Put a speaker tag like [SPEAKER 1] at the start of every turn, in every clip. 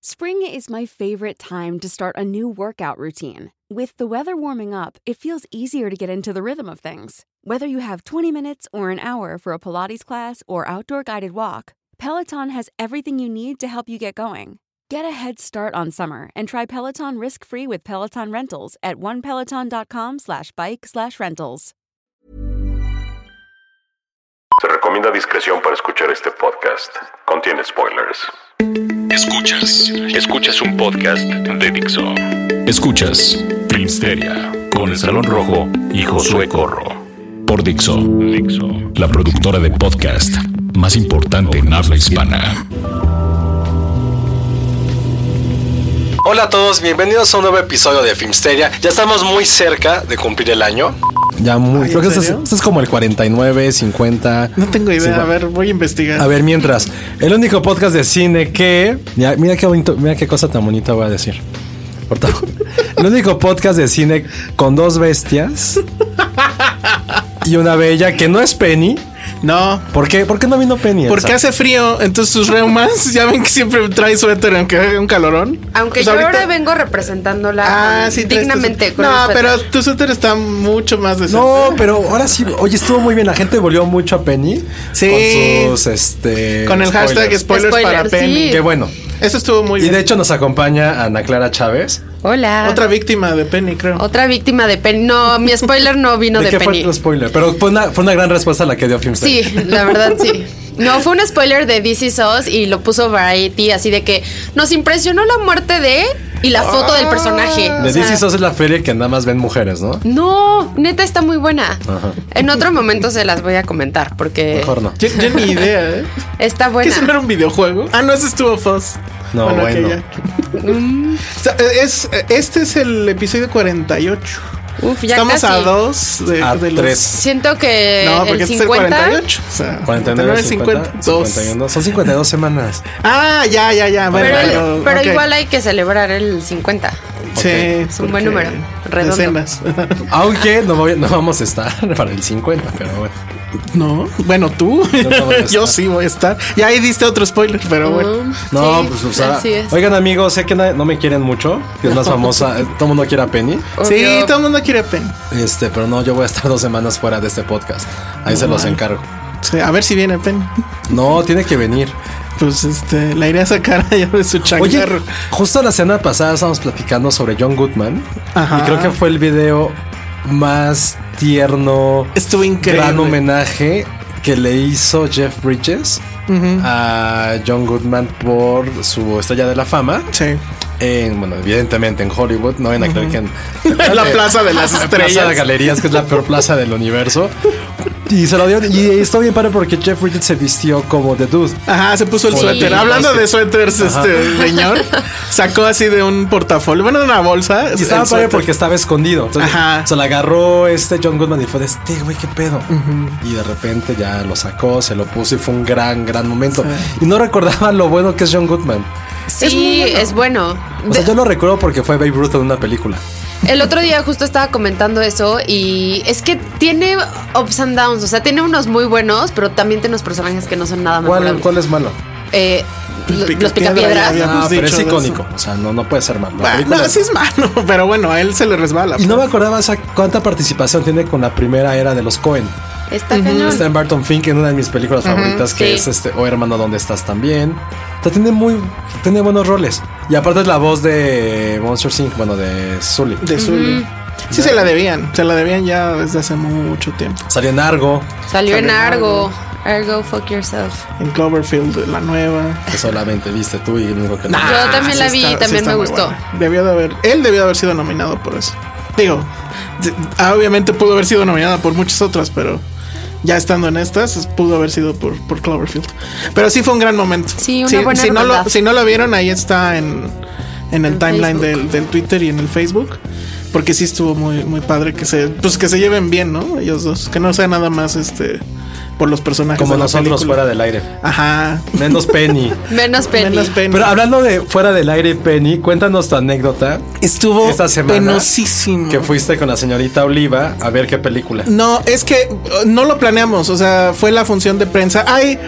[SPEAKER 1] Spring is my favorite time to start a new workout routine. With the weather warming up, it feels easier to get into the rhythm of things. Whether you have 20 minutes or an hour for a Pilates class or outdoor guided walk, Peloton has everything you need to help you get going. Get a head start on summer and try Peloton risk-free with Peloton Rentals at onepeloton.com slash bike slash rentals.
[SPEAKER 2] Se recomienda discreción para escuchar este podcast. Contiene spoilers. Escuchas. Escuchas un podcast de Dixo. Escuchas Filmsteria con el Salón Rojo y Josué Corro. Por Dixo. Dixo. La productora de podcast más importante en habla hispana.
[SPEAKER 3] Hola a todos, bienvenidos a un nuevo episodio de Filmsteria. Ya estamos muy cerca de cumplir el año. Ya muy, creo que
[SPEAKER 4] ¿en
[SPEAKER 3] este es,
[SPEAKER 4] serio?
[SPEAKER 3] este es como el 49, 50.
[SPEAKER 4] No tengo idea.
[SPEAKER 3] Sí, va.
[SPEAKER 4] a ver, voy a investigar.
[SPEAKER 3] A ver, mientras, el único podcast de cine que. Ya, mira qué bonito, mira qué cosa tan bonita voy a decir. Ahorita- El único podcast de cine con dos bestias y una bella que no es Penny.
[SPEAKER 4] No.
[SPEAKER 3] ¿Por qué? ¿Por qué no vino Penny? Elsa?
[SPEAKER 4] Porque hace frío, entonces sus reumas, ya ven que siempre trae suéter aunque haga un calorón.
[SPEAKER 5] Aunque
[SPEAKER 4] Pues
[SPEAKER 5] yo
[SPEAKER 4] ahorita-
[SPEAKER 5] ahora vengo representándola
[SPEAKER 4] Ah,
[SPEAKER 5] con-
[SPEAKER 4] sí, traes tu
[SPEAKER 5] dignamente
[SPEAKER 4] suéter.
[SPEAKER 5] con
[SPEAKER 4] No,
[SPEAKER 5] el suéter.
[SPEAKER 4] pero tu suéter está mucho más decente.
[SPEAKER 3] No, pero ahora sí. Oye, estuvo muy bien. La gente volvió mucho a Penny.
[SPEAKER 4] Sí.
[SPEAKER 3] Con sus, este.
[SPEAKER 4] Con el hashtag
[SPEAKER 3] spoilers.
[SPEAKER 4] spoilers, para
[SPEAKER 5] Spoiler,
[SPEAKER 4] Penny.
[SPEAKER 5] sí.
[SPEAKER 3] Qué bueno.
[SPEAKER 4] Eso estuvo muy
[SPEAKER 3] Y
[SPEAKER 4] bien.
[SPEAKER 3] de hecho nos acompaña Ana Clara Chávez.
[SPEAKER 5] Hola.
[SPEAKER 4] Otra víctima de Penny, creo.
[SPEAKER 5] Ah. Otra víctima de Penny. No, mi spoiler no vino
[SPEAKER 3] ¿De
[SPEAKER 5] de,
[SPEAKER 3] qué
[SPEAKER 5] Penny.
[SPEAKER 3] fue tu spoiler? Pero fue una, fue una gran respuesta la que dio Filmstein.
[SPEAKER 5] Sí, la verdad sí. No, fue un spoiler de This Is Us y lo puso Variety así de que nos impresionó la muerte de y la foto
[SPEAKER 4] Ah,
[SPEAKER 5] del personaje.
[SPEAKER 3] De
[SPEAKER 5] O sea,
[SPEAKER 3] DC es la feria que nada más ven mujeres, ¿no?
[SPEAKER 5] No, neta está muy buena.
[SPEAKER 3] Ajá.
[SPEAKER 5] En otro momento se las voy a comentar porque
[SPEAKER 3] Mejor no.
[SPEAKER 4] Yo, yo ni idea, ¿eh?
[SPEAKER 5] está
[SPEAKER 4] ¿Que
[SPEAKER 5] buena.
[SPEAKER 4] eso no era un videojuego? Ah, no, ese estuvo Foz.
[SPEAKER 3] No,
[SPEAKER 4] que
[SPEAKER 3] bueno.
[SPEAKER 4] ya. O sea, es, este es el episodio 48.
[SPEAKER 5] Uf, ya
[SPEAKER 4] Estamos a
[SPEAKER 5] casi.
[SPEAKER 4] dos de,
[SPEAKER 3] A
[SPEAKER 4] de los-
[SPEAKER 3] tres.
[SPEAKER 5] Siento que
[SPEAKER 4] No, porque
[SPEAKER 5] Eh, el
[SPEAKER 4] este es el
[SPEAKER 5] 50
[SPEAKER 4] 48. O sea,
[SPEAKER 3] 49, 50,
[SPEAKER 4] 52.
[SPEAKER 3] 51. Son 52 semanas.
[SPEAKER 4] Ah, ya, ya, ya. Bueno,
[SPEAKER 5] Pero,
[SPEAKER 4] bueno,
[SPEAKER 5] pero
[SPEAKER 4] ok.
[SPEAKER 5] igual hay que celebrar el 50.
[SPEAKER 4] Sí,
[SPEAKER 5] es un
[SPEAKER 4] porque
[SPEAKER 5] buen número, redondo.
[SPEAKER 4] decenas.
[SPEAKER 3] Aunque no, voy- no vamos a estar para el 50, pero bueno.
[SPEAKER 4] no, bueno, tú.
[SPEAKER 3] no voy a
[SPEAKER 4] Yo
[SPEAKER 3] estar.
[SPEAKER 4] sí voy a estar. Y ahí diste otro spoiler,
[SPEAKER 5] Mm.
[SPEAKER 4] pero bueno.
[SPEAKER 3] No,
[SPEAKER 5] Sí,
[SPEAKER 3] pues o sea,
[SPEAKER 5] así es.
[SPEAKER 3] Oigan, amigos, sé que na- no me quieren mucho. Que es más famosa. eh, Todo el mundo quiere a Penny.
[SPEAKER 4] Sí,
[SPEAKER 5] Obvio.
[SPEAKER 4] todo el mundo quiere Pen.
[SPEAKER 3] Este, pero no, yo voy a estar dos semanas fuera de este podcast. Ahí se los encargo.
[SPEAKER 4] Sí, a ver si viene Pen.
[SPEAKER 3] No, tiene que venir.
[SPEAKER 4] Pues este, la iré a sacar allá de su
[SPEAKER 3] Oye,
[SPEAKER 4] changarro.
[SPEAKER 3] justo la semana pasada estábamos platicando sobre John Goodman.
[SPEAKER 4] Ajá.
[SPEAKER 3] Y creo que fue el video más tierno,
[SPEAKER 4] Estuvo increíble.
[SPEAKER 3] gran homenaje que le hizo Jeff Bridges a John Goodman por su estrella de la fama.
[SPEAKER 4] Sí.
[SPEAKER 3] En, bueno, evidentemente en Hollywood, no en aquel que en
[SPEAKER 4] En la Plaza de las
[SPEAKER 3] la plaza de
[SPEAKER 4] Estrellas.
[SPEAKER 3] galerías, que es la peor plaza del universo. Y se lo dio. Y estuvo bien padre porque Jeff Bridges se vistió como The Dude.
[SPEAKER 4] Ajá, se puso el
[SPEAKER 3] Sí.
[SPEAKER 4] suéter. Hablando de suéteres, este señor sacó así de un portafolio, bueno, de una bolsa.
[SPEAKER 3] Y estaba
[SPEAKER 4] el
[SPEAKER 3] padre
[SPEAKER 4] suéter.
[SPEAKER 3] porque estaba escondido. Entonces,
[SPEAKER 4] Ajá.
[SPEAKER 3] Se la agarró este John Goodman y fue de este güey, qué pedo. Y de repente ya lo sacó, se lo puso y fue un gran, gran momento. Y no recordaba lo bueno que es John Goodman.
[SPEAKER 5] Sí, es bueno.
[SPEAKER 3] O sea, yo lo recuerdo porque fue Babe Ruth en una película.
[SPEAKER 5] El otro día justo estaba comentando eso y es que tiene ups and downs, o sea, tiene unos muy buenos, pero también tiene unos personajes que no son nada
[SPEAKER 3] ¿Cuál,
[SPEAKER 5] memorables.
[SPEAKER 3] cuál es malo?
[SPEAKER 5] Eh, lo-
[SPEAKER 4] Picapiedra,
[SPEAKER 5] los picapiedra.
[SPEAKER 4] ya
[SPEAKER 3] Ah,
[SPEAKER 4] habíamos
[SPEAKER 3] pero es
[SPEAKER 4] dicho de
[SPEAKER 3] icónico. O sea, no, no puede ser malo. La
[SPEAKER 4] Bueno,
[SPEAKER 3] película es-
[SPEAKER 4] sí es malo, pero bueno, a él se le resbala.
[SPEAKER 3] Y no me acordaba o sea, cuánta participación tiene con la primera era de los Cohen.
[SPEAKER 5] Está cañón.
[SPEAKER 3] Está en Barton Fink en una de mis películas favoritas, que
[SPEAKER 5] sí.
[SPEAKER 3] es este Oh hermano, ¿dónde estás también? O sea, tiene muy, tiene buenos roles. Y aparte es la voz de Monster Inc., bueno, de Sully.
[SPEAKER 4] De su Sí, se la debían. Se la debían ya desde hace mucho tiempo.
[SPEAKER 3] Salió en Argo,
[SPEAKER 4] Salió
[SPEAKER 5] Salió en
[SPEAKER 4] en
[SPEAKER 5] Argo. Argo, fuck yourself.
[SPEAKER 4] En Cloverfield, la nueva.
[SPEAKER 3] que solamente viste tú y el único que no.
[SPEAKER 5] Nah. Yo también la vi y
[SPEAKER 4] Ah, está-
[SPEAKER 5] también
[SPEAKER 4] está
[SPEAKER 5] me
[SPEAKER 4] muy
[SPEAKER 5] gustó.
[SPEAKER 4] buena. Debió de haber. Él debió de haber sido ah, nominado por eso. Digo, de- obviamente pudo haber sido nominada por muchas otras, pero ya estando en estas, pudo haber sido por, por Cloverfield. Pero sí fue un gran momento.
[SPEAKER 5] Sí, una
[SPEAKER 4] si,
[SPEAKER 5] buena
[SPEAKER 4] si no lo,
[SPEAKER 5] hermandad.
[SPEAKER 4] si no lo vieron, ahí está en, en el
[SPEAKER 5] En
[SPEAKER 4] timeline
[SPEAKER 5] Facebook.
[SPEAKER 4] del, del Twitter y en el Facebook. Porque sí estuvo muy, muy padre que se, pues que se lleven bien, ¿no? Ellos dos. Que no sea nada más este por los personajes.
[SPEAKER 3] Como
[SPEAKER 4] de la
[SPEAKER 3] nosotros
[SPEAKER 4] película.
[SPEAKER 3] fuera del aire.
[SPEAKER 4] Ajá.
[SPEAKER 3] Menos Penny.
[SPEAKER 5] Menos Penny.
[SPEAKER 4] Menos Penny.
[SPEAKER 3] Pero hablando de fuera del aire, Penny, cuéntanos tu anécdota
[SPEAKER 4] estuvo
[SPEAKER 3] esta semana
[SPEAKER 4] penosísimo.
[SPEAKER 3] que fuiste con la señorita Oliva a ver qué película.
[SPEAKER 4] No, es que eh, no lo planeamos, o sea, fue la función de prensa. Hay,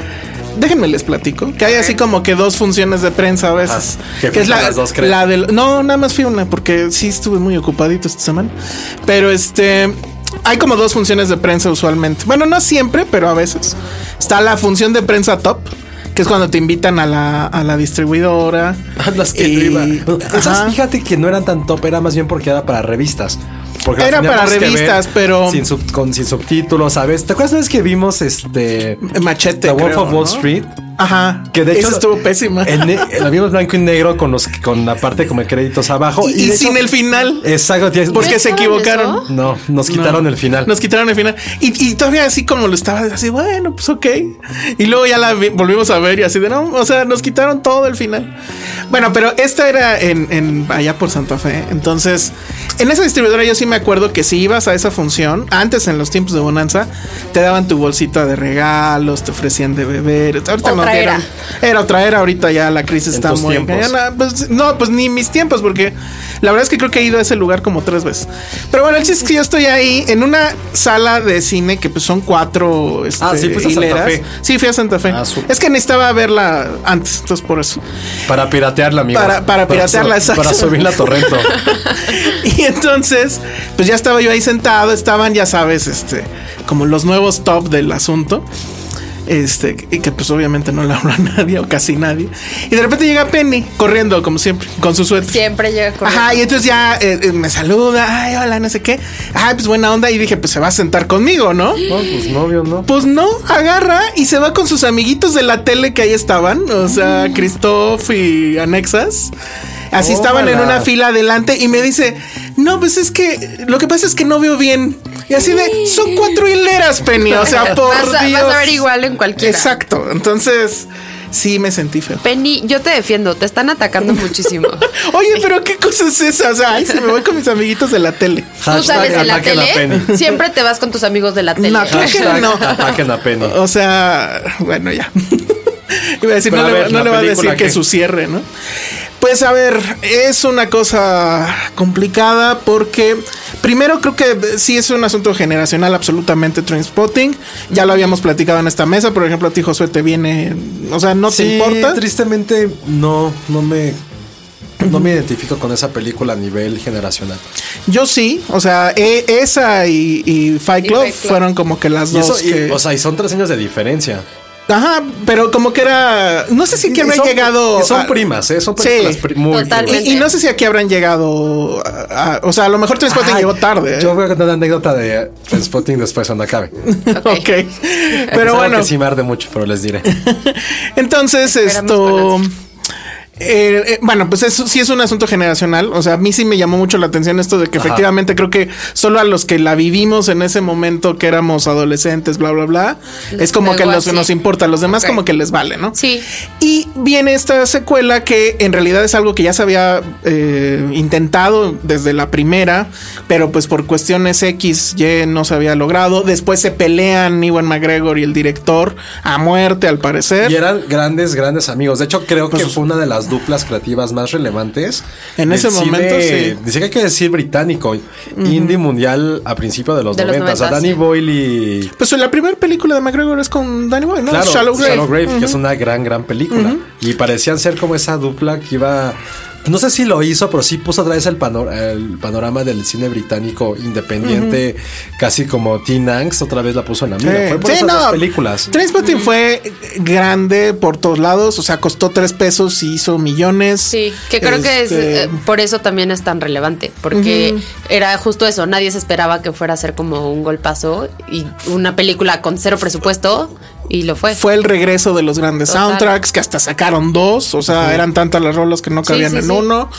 [SPEAKER 4] déjenme les platico, que hay así como que dos funciones de prensa a veces.
[SPEAKER 3] Ah, que fuiste a las dos, creo.
[SPEAKER 4] la del, no, nada más fui una, porque sí estuve muy ocupadito esta semana. Pero este, hay como dos funciones de prensa usualmente. Bueno, no siempre, pero a veces. Está la función de prensa top. Que es cuando te invitan a la, a la distribuidora.
[SPEAKER 3] A las que
[SPEAKER 4] Y-
[SPEAKER 3] yo iba. Esas,
[SPEAKER 4] Ajá.
[SPEAKER 3] fíjate que no eran tan top, era más bien porque era para revistas. Porque las
[SPEAKER 4] Era
[SPEAKER 3] teníamos
[SPEAKER 4] para
[SPEAKER 3] que ver
[SPEAKER 4] revistas, pero-
[SPEAKER 3] Sin, sub- con, sin subtítulos, ¿sabes? ¿Te acuerdas la vez que vimos este.
[SPEAKER 4] Machete,
[SPEAKER 3] The Wolf
[SPEAKER 4] creo,
[SPEAKER 3] of Wall
[SPEAKER 4] ¿no?
[SPEAKER 3] Street?
[SPEAKER 4] Ajá.
[SPEAKER 3] Ah, Que de hecho.
[SPEAKER 4] Esa estuvo pésima.
[SPEAKER 3] el ne- eh, la vimos blanco y negro con, los, con la parte como de créditos abajo.
[SPEAKER 4] y, y
[SPEAKER 3] de
[SPEAKER 4] sin
[SPEAKER 3] hecho-
[SPEAKER 4] el final.
[SPEAKER 3] Exacto, tienes-
[SPEAKER 4] Porque se
[SPEAKER 5] ¿Dejaron
[SPEAKER 4] equivocaron.
[SPEAKER 5] eso?
[SPEAKER 3] No, nos quitaron el final.
[SPEAKER 4] Nos quitaron el final. Y, y todavía así como lo estaba, así, bueno, pues ok. Y luego ya la vi- volvimos a ver y así de no, o sea, nos quitaron todo el final. Bueno, pero esta era en, en- allá por Santa Fe. Entonces, en esa distribuidora yo sí me acuerdo que si ibas a esa función, antes en los tiempos de Bonanza, te daban tu bolsita de regalos, te ofrecían de beber. Ahorita
[SPEAKER 5] Otra
[SPEAKER 4] nos dieron-
[SPEAKER 5] era.
[SPEAKER 4] era otra era, ahorita ya la crisis
[SPEAKER 3] En
[SPEAKER 4] está
[SPEAKER 3] tus
[SPEAKER 4] muy
[SPEAKER 3] tiempos.
[SPEAKER 4] cañona. Pues, no, pues ni mis tiempos, porque la verdad es que creo que he ido a ese lugar como tres veces. Pero bueno, el chiste es que yo estoy ahí en una sala de cine que pues son cuatro este,
[SPEAKER 3] Ah, sí, fuiste a Santa
[SPEAKER 4] hileras.
[SPEAKER 3] Fe.
[SPEAKER 4] Sí, fui a Santa Fe.
[SPEAKER 3] Ah, súper.
[SPEAKER 4] es que necesitaba verla antes, entonces por eso.
[SPEAKER 3] Para piratearla, amigos.
[SPEAKER 4] Para- para piratearla,
[SPEAKER 3] su-
[SPEAKER 4] exacto.
[SPEAKER 3] Para subirla a Torrento.
[SPEAKER 4] Y entonces, pues ya estaba yo ahí sentado, estaban, ya sabes, este, como los nuevos top del asunto. Este, y que pues obviamente no le habla a nadie o casi nadie. Y de repente llega Penny corriendo, como siempre, con su suéter.
[SPEAKER 5] Siempre llega con
[SPEAKER 4] Ajá, y entonces ya eh, eh, me saluda, ay, hola, no sé qué. Ay, pues buena onda. Y dije, pues se va a sentar conmigo, ¿no?
[SPEAKER 3] No, pues novio, ¿no?
[SPEAKER 4] Pues no, agarra y se va con sus amiguitos de la tele que ahí estaban, o sea,
[SPEAKER 5] Mm.
[SPEAKER 4] Christoph y Anexas. Así estaban en
[SPEAKER 3] Tómala.
[SPEAKER 4] una fila adelante y me dice, no, pues es que lo que pasa es que no veo bien. Y así de, son cuatro hileras, Penny, o sea, por
[SPEAKER 5] vas, a,
[SPEAKER 4] Dios.
[SPEAKER 5] vas a ver igual en cualquiera.
[SPEAKER 4] Exacto, entonces sí me sentí feo.
[SPEAKER 5] Penny, yo te defiendo, te están atacando muchísimo.
[SPEAKER 4] Oye, pero ¿qué cosa es esa? O sea, ay, se me voy con mis amiguitos de la tele.
[SPEAKER 5] Tú sales de la
[SPEAKER 3] ataquen a
[SPEAKER 5] tele,
[SPEAKER 3] Penny.
[SPEAKER 5] siempre te vas con tus amigos de la tele.
[SPEAKER 4] No, creo que
[SPEAKER 3] Hashtag
[SPEAKER 4] no.
[SPEAKER 3] ataquen a Penny.
[SPEAKER 4] O sea, bueno, ya. Iba a decir,
[SPEAKER 3] Pero
[SPEAKER 4] no,
[SPEAKER 3] a
[SPEAKER 4] le,
[SPEAKER 3] ver,
[SPEAKER 4] no
[SPEAKER 3] ¿la
[SPEAKER 4] le va a
[SPEAKER 3] película
[SPEAKER 4] decir que
[SPEAKER 3] qué?
[SPEAKER 4] su cierre, ¿no? Pues a ver, es una cosa complicada porque primero creo que sí es un asunto generacional absolutamente Trainspotting. Ya lo habíamos platicado en esta mesa, por ejemplo, a ti Josué te viene, o sea, no
[SPEAKER 3] Sí,
[SPEAKER 4] te importa.
[SPEAKER 3] tristemente no, no me... No me identifico con esa película a nivel generacional.
[SPEAKER 4] Yo sí, o sea, e- esa y, y Fight
[SPEAKER 5] Y
[SPEAKER 4] Club
[SPEAKER 5] Fight Club.
[SPEAKER 4] fueron como que las
[SPEAKER 3] Y eso,
[SPEAKER 4] dos
[SPEAKER 3] y-
[SPEAKER 4] que-
[SPEAKER 3] o sea, y son tres años de diferencia.
[SPEAKER 4] Ajá, pero como que era. No sé si
[SPEAKER 3] Y
[SPEAKER 4] que había
[SPEAKER 3] son-
[SPEAKER 4] llegado.
[SPEAKER 3] y son
[SPEAKER 4] a-
[SPEAKER 3] primas, ¿eh? Son
[SPEAKER 4] Sí.
[SPEAKER 3] películas pri- muy...
[SPEAKER 5] Totalmente.
[SPEAKER 4] Y, y no sé si aquí habrán llegado. a- a- o sea, a lo mejor Transporting
[SPEAKER 3] Ay,
[SPEAKER 4] llegó tarde. ¿eh?
[SPEAKER 3] Yo voy a contar una anécdota de Spotting después cuando acabe.
[SPEAKER 4] ok.
[SPEAKER 3] Es
[SPEAKER 4] Pero
[SPEAKER 3] algo
[SPEAKER 4] bueno,
[SPEAKER 3] Que sí me arde mucho, pero les diré.
[SPEAKER 4] entonces
[SPEAKER 5] Esperamos
[SPEAKER 4] esto.
[SPEAKER 5] con
[SPEAKER 4] eh, eh, bueno, pues eso sí es un asunto generacional. O sea, a mí sí me llamó mucho la atención esto de que
[SPEAKER 3] Ajá.
[SPEAKER 4] efectivamente creo que solo a los que la vivimos en ese momento que éramos adolescentes, bla, bla, bla, es como
[SPEAKER 5] Luego
[SPEAKER 4] que los,
[SPEAKER 5] así.
[SPEAKER 4] nos importa. A los demás,
[SPEAKER 5] Ok.
[SPEAKER 4] como que les vale, ¿no?
[SPEAKER 5] Sí.
[SPEAKER 4] Y viene esta secuela que en realidad es algo que ya se había eh, intentado desde la primera, pero pues por cuestiones X, Y no se había logrado. Después se pelean Iwan McGregor y el director a muerte, al parecer.
[SPEAKER 3] Y eran grandes, grandes amigos. De hecho, creo que fue una de las duplas creativas más relevantes.
[SPEAKER 4] Pues En
[SPEAKER 3] del
[SPEAKER 4] ese momento, sí.
[SPEAKER 3] Dice que hay que decir británico, indie mundial a principios de los
[SPEAKER 5] De los
[SPEAKER 3] 90. O sea,
[SPEAKER 5] 90,
[SPEAKER 3] Danny
[SPEAKER 5] sí.
[SPEAKER 3] Boyle y.
[SPEAKER 4] Pues la primera película de McGregor es con Danny Boyle, ¿no?
[SPEAKER 3] Claro,
[SPEAKER 4] Shallow Grave.
[SPEAKER 3] que es una gran, gran película. Y parecían ser como esa dupla que iba. No sé si lo hizo, pero sí puso otra vez el, panor- el panorama del cine británico independiente, casi como Teen Angst, otra vez la puso en la mira. Fue por
[SPEAKER 4] Sí,
[SPEAKER 3] esas
[SPEAKER 4] no,
[SPEAKER 3] dos películas.
[SPEAKER 4] Trainspotting fue eh, grande por todos lados, o sea, costó tres pesos y hizo millones.
[SPEAKER 5] Sí, que creo que es
[SPEAKER 4] Este,
[SPEAKER 5] eh, por eso también es tan relevante, porque era justo eso, nadie se esperaba que fuera a ser como un golpazo y una película con cero presupuesto Y lo fue.
[SPEAKER 4] Fue el regreso de los grandes
[SPEAKER 5] Total.
[SPEAKER 4] soundtracks que hasta sacaron dos, o sea, eran tantas las rolas que no
[SPEAKER 5] Sí,
[SPEAKER 4] cabían
[SPEAKER 5] sí,
[SPEAKER 4] en
[SPEAKER 5] sí.
[SPEAKER 4] uno.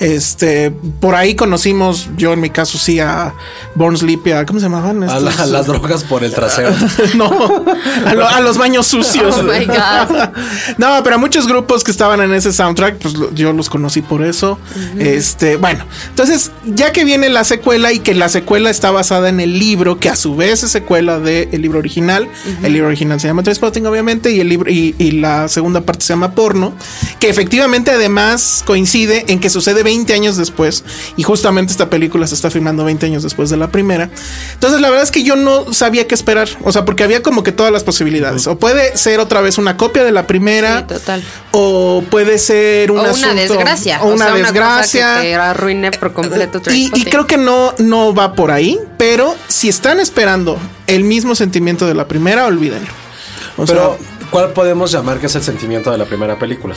[SPEAKER 4] Este, por ahí conocimos, yo en mi caso sí a Born Sleepy, a- ¿cómo se llamaban?
[SPEAKER 3] A,
[SPEAKER 4] estos?
[SPEAKER 3] la- a las drogas por el trasero.
[SPEAKER 4] no, a, lo- a los baños sucios.
[SPEAKER 5] Oh my God.
[SPEAKER 4] no, pero muchos grupos que estaban en ese soundtrack, pues lo- yo los conocí por eso. Este, bueno, entonces, ya que viene la secuela y que la secuela está basada en el libro, que a su vez es secuela del libro original, el libro original se llama Transpotting, obviamente, y el libro y, y la segunda parte se llama Porno, que efectivamente además coincide en que sucede 20 años después, y justamente esta película se está filmando 20 años después de la primera. Entonces, la verdad es que yo no sabía qué esperar, o sea, porque había como que todas las posibilidades, o puede ser otra vez una copia de la primera.
[SPEAKER 5] Sí, total.
[SPEAKER 4] O puede ser un
[SPEAKER 5] o una
[SPEAKER 4] asunto-
[SPEAKER 5] desgracia.
[SPEAKER 4] O
[SPEAKER 5] o
[SPEAKER 4] una
[SPEAKER 5] sea,
[SPEAKER 4] desgracia. Eh,
[SPEAKER 5] Cosa que te arruine por completo.
[SPEAKER 4] Y, y
[SPEAKER 5] Trainspotting.
[SPEAKER 4] creo que no, no va por ahí, pero si están esperando el mismo sentimiento de la primera, olvídenlo. O
[SPEAKER 3] Pero,
[SPEAKER 4] sea,
[SPEAKER 3] ¿cuál podemos llamar que es el sentimiento de la primera película?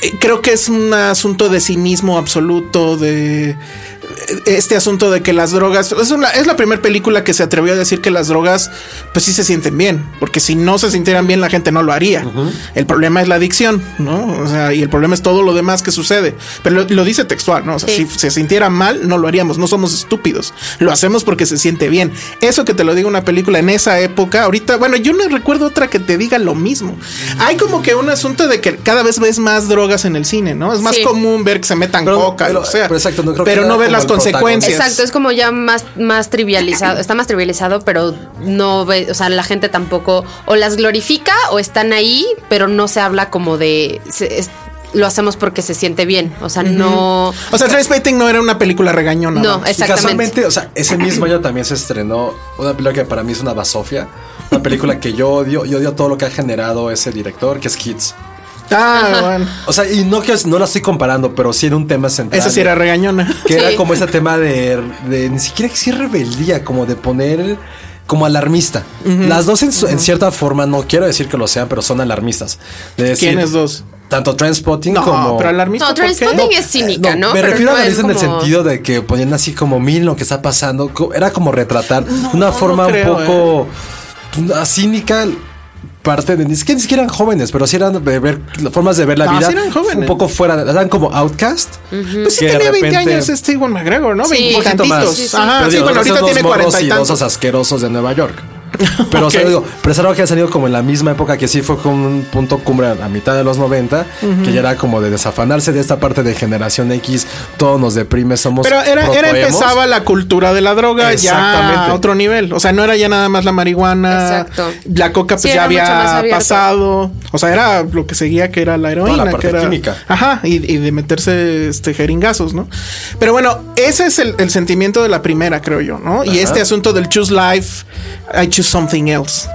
[SPEAKER 4] eh, creo que es un asunto de cinismo absoluto, de eh, este asunto de que las drogas... Es, una, es la primera película que se atrevió a decir que las drogas pues sí se sienten bien, porque si no se sintieran bien la gente no lo haría. El problema es la adicción, ¿no? O sea, y el problema es todo lo demás que sucede. Pero lo, lo dice textual, ¿no? O sea,
[SPEAKER 5] Sí.
[SPEAKER 4] si se sintiera mal, no lo haríamos, no somos estúpidos. Lo hacemos porque se siente bien. Eso que te lo diga una película en esa época, ahorita, bueno, yo no recuerdo otra que te diga lo mismo. Hay como que un asunto de que cada vez ves más drogas en el cine, ¿no? Es más
[SPEAKER 5] Sí.
[SPEAKER 4] común ver que se metan
[SPEAKER 3] Pero-
[SPEAKER 4] coca,
[SPEAKER 3] pero-
[SPEAKER 4] lo que sea.
[SPEAKER 3] pero exacto, no creo
[SPEAKER 4] Pero
[SPEAKER 3] que
[SPEAKER 4] no
[SPEAKER 3] era
[SPEAKER 4] ver
[SPEAKER 3] como
[SPEAKER 4] las
[SPEAKER 3] el protagonista.
[SPEAKER 4] consecuencias.
[SPEAKER 5] Exacto, es como ya más, más trivializado, está más trivializado, pero no ve, o sea, la gente tampoco o las glorifica o están ahí, pero no se habla como de se- es- lo hacemos porque se siente bien, o sea, no
[SPEAKER 4] O sea, Trainspotting no era una película regañona.
[SPEAKER 5] No,
[SPEAKER 4] vamos.
[SPEAKER 5] es-
[SPEAKER 3] Y
[SPEAKER 5] Exactamente.
[SPEAKER 3] casualmente, o sea, ese mismo año también se estrenó una película que para mí es una basofia. Una película que yo odio, yo odio todo lo que ha generado ese director, que es Kids.
[SPEAKER 4] Ah, bueno.
[SPEAKER 3] O sea, y no que no la estoy comparando, pero sí era un tema central.
[SPEAKER 4] Esa sí era regañona.
[SPEAKER 3] Que era
[SPEAKER 5] Sí.
[SPEAKER 3] como ese tema de, de ni siquiera que sí rebeldía, como de poner como alarmista. Las dos en, su- en cierta forma, no quiero decir que lo sean, pero son alarmistas. De decir,
[SPEAKER 4] ¿Quiénes dos?
[SPEAKER 3] Tanto Transpotting
[SPEAKER 4] No,
[SPEAKER 3] como...
[SPEAKER 4] pero alarmista.
[SPEAKER 5] No,
[SPEAKER 4] ¿por qué?
[SPEAKER 5] Trainspotting es cínica, ¿no?
[SPEAKER 3] Me
[SPEAKER 5] Pero
[SPEAKER 3] refiero
[SPEAKER 5] no
[SPEAKER 3] a
[SPEAKER 5] es
[SPEAKER 3] alarmista en el
[SPEAKER 5] como-
[SPEAKER 3] sentido de que ponían así como mil lo que está pasando. co- Era como retratar una
[SPEAKER 4] no
[SPEAKER 3] forma
[SPEAKER 4] creo, eh.
[SPEAKER 3] un poco una cínica. Parte de ni siquiera, ni siquiera eran jóvenes, pero sí eran de ver, formas de ver la
[SPEAKER 4] No,
[SPEAKER 3] vida
[SPEAKER 4] sí eran jóvenes.
[SPEAKER 3] un poco fuera, eran como outcast.
[SPEAKER 4] Pues sí
[SPEAKER 3] que de
[SPEAKER 4] tenía 20
[SPEAKER 3] repente-
[SPEAKER 4] años este Iwan McGregor, ¿no?
[SPEAKER 5] Sí,
[SPEAKER 4] Veintitantitos.
[SPEAKER 5] un
[SPEAKER 3] poquito más.
[SPEAKER 5] Sí, sí.
[SPEAKER 4] Ajá,
[SPEAKER 3] Pero
[SPEAKER 4] sí,
[SPEAKER 3] digo,
[SPEAKER 4] bueno,
[SPEAKER 3] esos
[SPEAKER 4] ahorita
[SPEAKER 3] dos
[SPEAKER 4] tiene
[SPEAKER 3] morros
[SPEAKER 4] cuarenta y
[SPEAKER 3] idosos
[SPEAKER 4] tantos.
[SPEAKER 3] asquerosos de Nueva York. Pero, o sea,
[SPEAKER 4] Ok.
[SPEAKER 3] digo, pero es algo que ha salido como en la misma época que sí fue como un punto cumbre a mitad de los 90, que ya era como de desafanarse de esta parte de generación X, todo nos deprime, somos
[SPEAKER 4] Pero era, era
[SPEAKER 3] protoemos.
[SPEAKER 4] empezaba la cultura de la droga ya
[SPEAKER 3] Exactamente.
[SPEAKER 4] a otro nivel. O sea, no era ya nada más la marihuana.
[SPEAKER 5] Exacto.
[SPEAKER 4] La coca pues
[SPEAKER 5] Sí,
[SPEAKER 4] ya
[SPEAKER 5] era mucho más
[SPEAKER 4] había
[SPEAKER 5] abierto.
[SPEAKER 4] pasado. O sea, era lo que seguía que era la heroína.
[SPEAKER 3] Toda la parte
[SPEAKER 4] que era,
[SPEAKER 3] química.
[SPEAKER 4] Ajá, y, y de meterse este jeringazos, ¿no? Pero bueno, ese es el, el sentimiento de la primera, creo yo, ¿no? Y este asunto del choose life, I choose something else.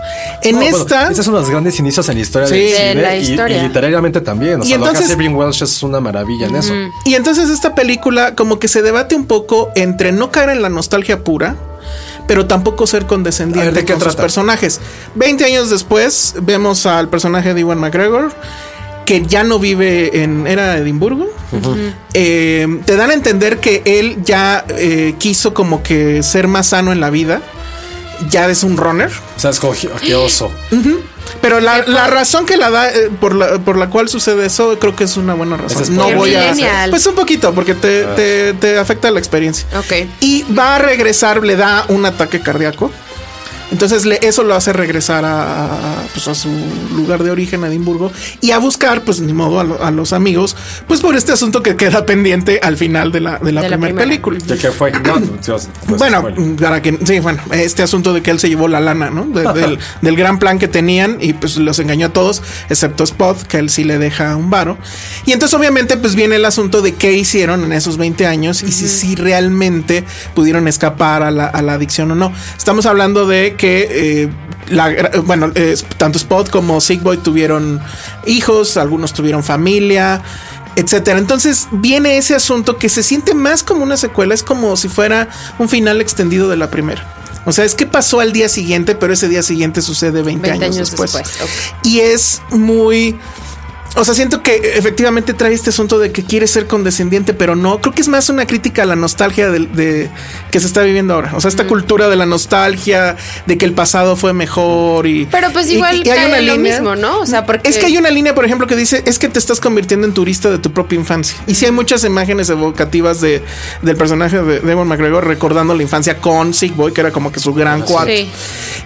[SPEAKER 4] En
[SPEAKER 3] No, bueno,
[SPEAKER 4] esta...
[SPEAKER 3] ese es uno de los grandes inicios en la historia
[SPEAKER 4] Sí.
[SPEAKER 3] del
[SPEAKER 4] De
[SPEAKER 3] cine
[SPEAKER 5] la
[SPEAKER 3] y-
[SPEAKER 5] historia.
[SPEAKER 3] Y, literariamente también. O
[SPEAKER 4] Y
[SPEAKER 3] sea, lo que
[SPEAKER 4] entonces-
[SPEAKER 3] hace Brin Welsh es una maravilla en eso.
[SPEAKER 4] Y entonces esta película como que se debate un poco entre no caer en la nostalgia pura, pero tampoco ser
[SPEAKER 3] A
[SPEAKER 4] condescendiente
[SPEAKER 3] ver, ¿de qué
[SPEAKER 4] con sus
[SPEAKER 3] trata?
[SPEAKER 4] personajes. 20 años después vemos al personaje de Iwan McGregor que ya no vive en era Edimburgo. Eh, te dan a entender que él ya eh, quiso como que ser más sano en la vida. Ya es un runner.
[SPEAKER 3] O sea, escogió, oh, qué oso.
[SPEAKER 4] Pero la, la razón que la da eh, por la, por la cual sucede eso, creo que es una buena razón.
[SPEAKER 3] Ese es
[SPEAKER 4] no
[SPEAKER 3] por- Ah.
[SPEAKER 4] voy a.
[SPEAKER 5] Millennial.
[SPEAKER 4] Pues un poquito, porque te, te, te afecta la experiencia.
[SPEAKER 5] Ok.
[SPEAKER 4] Y va a regresar, le da un ataque cardíaco. Entonces le- eso lo hace regresar a, a, pues, a su lugar de origen, a Edimburgo, y a buscar, pues ni modo, a, lo- a los amigos, pues por este asunto que queda pendiente al final de la, de la
[SPEAKER 5] De la
[SPEAKER 4] primera
[SPEAKER 5] primera.
[SPEAKER 4] película.
[SPEAKER 3] ¿De qué fue? No, Dios, pues,
[SPEAKER 4] Bueno,
[SPEAKER 3] spoiler.
[SPEAKER 4] para que sí, bueno, este asunto de que él se llevó la lana, ¿no? De- del, del gran plan que tenían y pues los engañó a todos, excepto Spot, que él sí le deja un varo. Y entonces obviamente pues viene el asunto de qué hicieron en esos 20 años y si sí realmente pudieron escapar a la, a la adicción o no. Estamos hablando de que eh, la gra- bueno, eh, tanto Spot como Sigboy tuvieron hijos, algunos tuvieron familia etcétera. Entonces viene ese asunto que se siente más como una secuela, es como si fuera un final extendido de la primera. O sea, es que pasó al día siguiente, pero ese día siguiente sucede 20,
[SPEAKER 5] 20
[SPEAKER 4] años,
[SPEAKER 5] años
[SPEAKER 4] después.
[SPEAKER 5] después,
[SPEAKER 4] Y es muy O sea, siento que efectivamente trae este asunto de que quiere ser condescendiente, pero no. Creo que es más una crítica a la nostalgia de, de- que se está viviendo ahora. O sea, esta cultura de la nostalgia, de que el pasado fue mejor y.
[SPEAKER 5] Pero pues
[SPEAKER 4] y-
[SPEAKER 5] igual
[SPEAKER 4] y hay
[SPEAKER 5] cae
[SPEAKER 4] una
[SPEAKER 5] en lo
[SPEAKER 4] línea-
[SPEAKER 5] mismo, ¿no? O sea, porque
[SPEAKER 4] Es que hay una línea, por ejemplo, que dice es que te estás convirtiendo en turista de tu propia infancia. Y sí hay muchas imágenes evocativas de, del personaje de Devon McGregor recordando la infancia con Sick Boy, que era como que su gran cuadro.
[SPEAKER 5] Sí.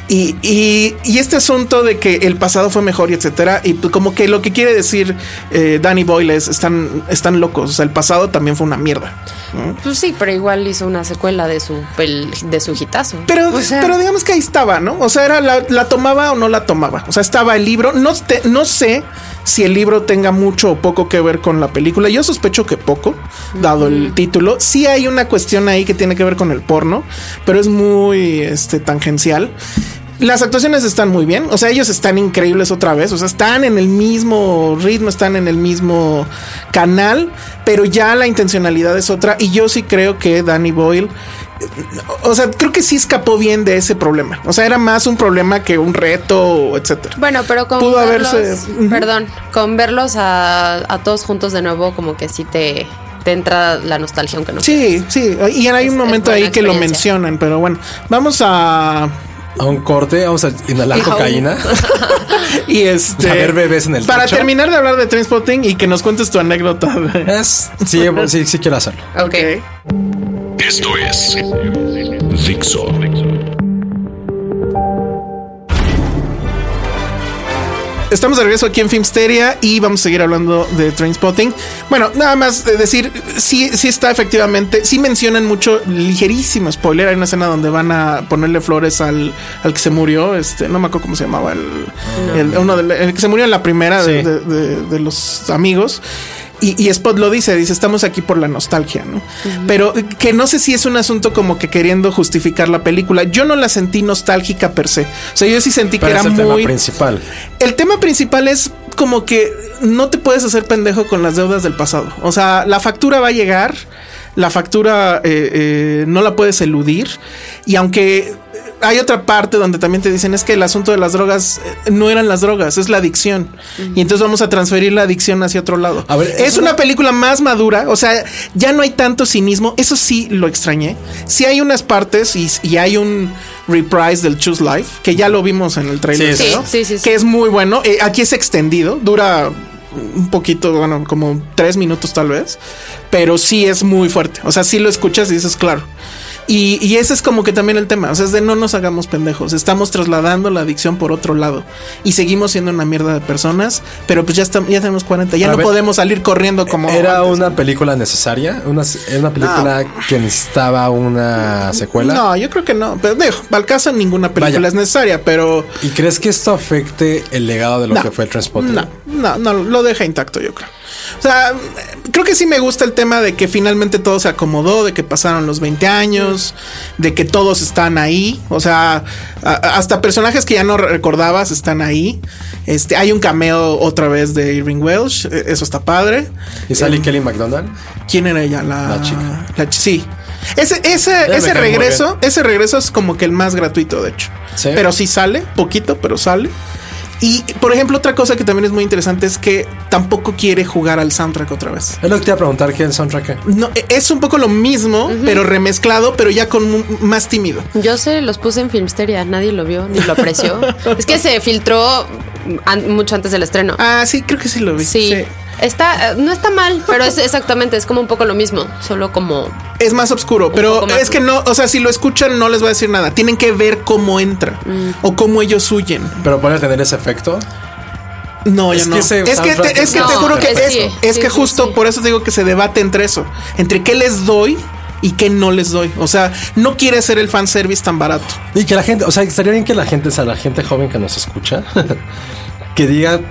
[SPEAKER 4] Y, y- y este asunto de que el pasado fue mejor y etcétera, y pues como que lo que quiere decir eh, Danny Boyle es están, están locos. O sea, el pasado también fue una mierda.
[SPEAKER 5] Pues sí, pero igual hizo una secuela de su pel- de su hitazo.
[SPEAKER 4] Pero,
[SPEAKER 5] O sea,
[SPEAKER 4] pero digamos que ahí estaba, ¿no? O sea, era la, la tomaba o no la tomaba. O sea, estaba el libro. No, te- no sé si el libro tenga mucho o poco que ver con la película. Yo sospecho que poco, dado el título. Sí hay una cuestión ahí que tiene que ver con el porno, pero es muy este, tangencial. Las actuaciones están muy bien, o sea, ellos están increíbles otra vez, o sea, están en el mismo ritmo, están en el mismo canal, pero ya la intencionalidad es otra y yo sí creo que Danny Boyle o sea, creo que sí escapó bien de ese problema. O sea, era más un problema que un reto, etcétera.
[SPEAKER 5] bueno, pero con
[SPEAKER 4] pudo
[SPEAKER 5] verlos,
[SPEAKER 4] haberse- Ujú.
[SPEAKER 5] perdón, con verlos a, a todos juntos de nuevo como que sí te te entra la nostalgia aunque no.
[SPEAKER 4] Sí, sí. Y hay un
[SPEAKER 5] Es-
[SPEAKER 4] momento
[SPEAKER 5] es buena
[SPEAKER 4] ahí que lo
[SPEAKER 5] experiencia.
[SPEAKER 4] mencionan, pero bueno, vamos a
[SPEAKER 3] A un corte, vamos a inhalar
[SPEAKER 5] Hijo.
[SPEAKER 3] cocaína.
[SPEAKER 4] y este
[SPEAKER 3] A ver bebés en el
[SPEAKER 4] para
[SPEAKER 3] techo.
[SPEAKER 4] terminar de hablar de Trainspotting y que nos cuentes tu anécdota. de-
[SPEAKER 3] Es- sí, sí, sí quiero hacerlo.
[SPEAKER 5] Ok.
[SPEAKER 2] Esto es Dixo.
[SPEAKER 4] Estamos de regreso aquí en Filmsteria y vamos a seguir hablando de Trainspotting. Bueno, nada más de decir, sí, sí está efectivamente, sí mencionan mucho, ligerísimo spoiler, hay una escena donde van a ponerle flores al, al que se murió, este, no me acuerdo cómo se llamaba, el, el- uno del- el que se murió en la primera de,
[SPEAKER 3] Sí.
[SPEAKER 4] de- de- de los amigos. Y, y Spot lo dice, dice, estamos aquí por la nostalgia, ¿no? Pero eh, que no sé si es un asunto como que queriendo justificar la película. Yo no la sentí nostálgica per se. O sea, yo sí sentí
[SPEAKER 3] Pero
[SPEAKER 4] que
[SPEAKER 3] es
[SPEAKER 4] era
[SPEAKER 3] el tema
[SPEAKER 4] muy
[SPEAKER 3] principal.
[SPEAKER 4] el tema principal es como que no te puedes hacer pendejo con las deudas del pasado. O sea, la factura va a llegar, la factura eh, eh, no la puedes eludir. Y aunque hay otra parte donde también te dicen es que el asunto de las drogas eh, no eran las drogas, es la adicción. Y entonces vamos a transferir la adicción hacia otro lado.
[SPEAKER 3] A ver,
[SPEAKER 4] es
[SPEAKER 3] eso
[SPEAKER 4] una
[SPEAKER 3] no-
[SPEAKER 4] película más madura, o sea, ya no hay tanto cinismo, eso sí lo extrañé. Sí hay unas partes y, y hay un reprise del Choose Life, que ya lo vimos en el trailer,
[SPEAKER 3] Sí,
[SPEAKER 4] ¿no?
[SPEAKER 5] sí, sí, sí.
[SPEAKER 4] que es muy bueno. Eh, aquí es extendido, dura un poquito, bueno, como tres minutos tal vez, pero sí es muy fuerte. O sea, sí lo escuchas y dices, claro. Y, y ese es como que también el tema, o sea, es de no nos hagamos pendejos, estamos trasladando la adicción por otro lado y seguimos siendo una mierda de personas, pero pues ya, estamos, ya tenemos 40, ya
[SPEAKER 3] A
[SPEAKER 4] no
[SPEAKER 3] ver,
[SPEAKER 4] podemos salir corriendo como...
[SPEAKER 3] Era
[SPEAKER 4] antes.
[SPEAKER 3] una película necesaria, una, era una película que necesitaba una secuela.
[SPEAKER 4] No, yo creo que no, pero dejo, al caso ninguna película
[SPEAKER 3] Vaya.
[SPEAKER 4] es necesaria, pero...
[SPEAKER 3] ¿Y crees que esto afecte el legado de lo
[SPEAKER 4] No,
[SPEAKER 3] que fue el Transporting?
[SPEAKER 4] No, no, no, lo deja intacto, yo creo. O sea, creo que sí me gusta el tema de que finalmente todo se acomodó, de que pasaron los 20 años, de que todos están ahí. O sea, a- hasta personajes que ya no recordabas están ahí. Este, hay un cameo otra vez de Irving Welsh, e- eso está padre.
[SPEAKER 3] ¿Y sale Kelly McDonald?
[SPEAKER 4] ¿Quién era ella? La,
[SPEAKER 3] La chica.
[SPEAKER 4] la chi- sí. Ese, ese,
[SPEAKER 3] Debe
[SPEAKER 4] ese
[SPEAKER 3] caer muy
[SPEAKER 4] regreso, ese regreso es como que el más gratuito, de hecho.
[SPEAKER 3] Sí.
[SPEAKER 4] Pero sí sale, poquito, pero sale. Y por ejemplo, otra cosa que también es muy interesante es que tampoco quiere jugar al soundtrack otra vez.
[SPEAKER 3] Es lo que te iba a preguntar, ¿qué es el soundtrack? qué?
[SPEAKER 4] No, e- es un poco lo mismo, pero remezclado, pero ya con un- más tímido.
[SPEAKER 5] Yo se los puse en Filmsteria, nadie lo vio ni lo apreció. es que se filtró an- mucho antes del estreno.
[SPEAKER 4] Ah, sí, creo que sí lo vi.
[SPEAKER 5] sí.
[SPEAKER 4] sí.
[SPEAKER 5] Está, eh, no está mal, pero es exactamente, es como un poco lo mismo, solo como
[SPEAKER 4] Es más oscuro, pero
[SPEAKER 5] poco más
[SPEAKER 4] es que no, o sea, si lo escuchan no les voy a decir nada. Tienen que ver cómo entra
[SPEAKER 5] Mm.
[SPEAKER 4] o cómo ellos huyen.
[SPEAKER 3] Pero puede tener ese efecto.
[SPEAKER 4] No,
[SPEAKER 3] Es
[SPEAKER 4] yo
[SPEAKER 3] que
[SPEAKER 4] no.
[SPEAKER 3] ese
[SPEAKER 4] es que
[SPEAKER 3] soundtrack
[SPEAKER 4] te, es
[SPEAKER 3] es
[SPEAKER 4] que te
[SPEAKER 5] No,
[SPEAKER 4] juro que
[SPEAKER 5] es
[SPEAKER 4] es,
[SPEAKER 5] sí,
[SPEAKER 4] es
[SPEAKER 5] sí,
[SPEAKER 4] que
[SPEAKER 5] sí,
[SPEAKER 4] justo
[SPEAKER 5] sí.
[SPEAKER 4] por eso te digo que se debate entre eso, entre qué les doy y qué no les doy. O sea, no quiere ser el fanservice tan barato.
[SPEAKER 3] Y que la gente, o sea, estaría bien que la gente, o sea, la gente joven que nos escucha, que diga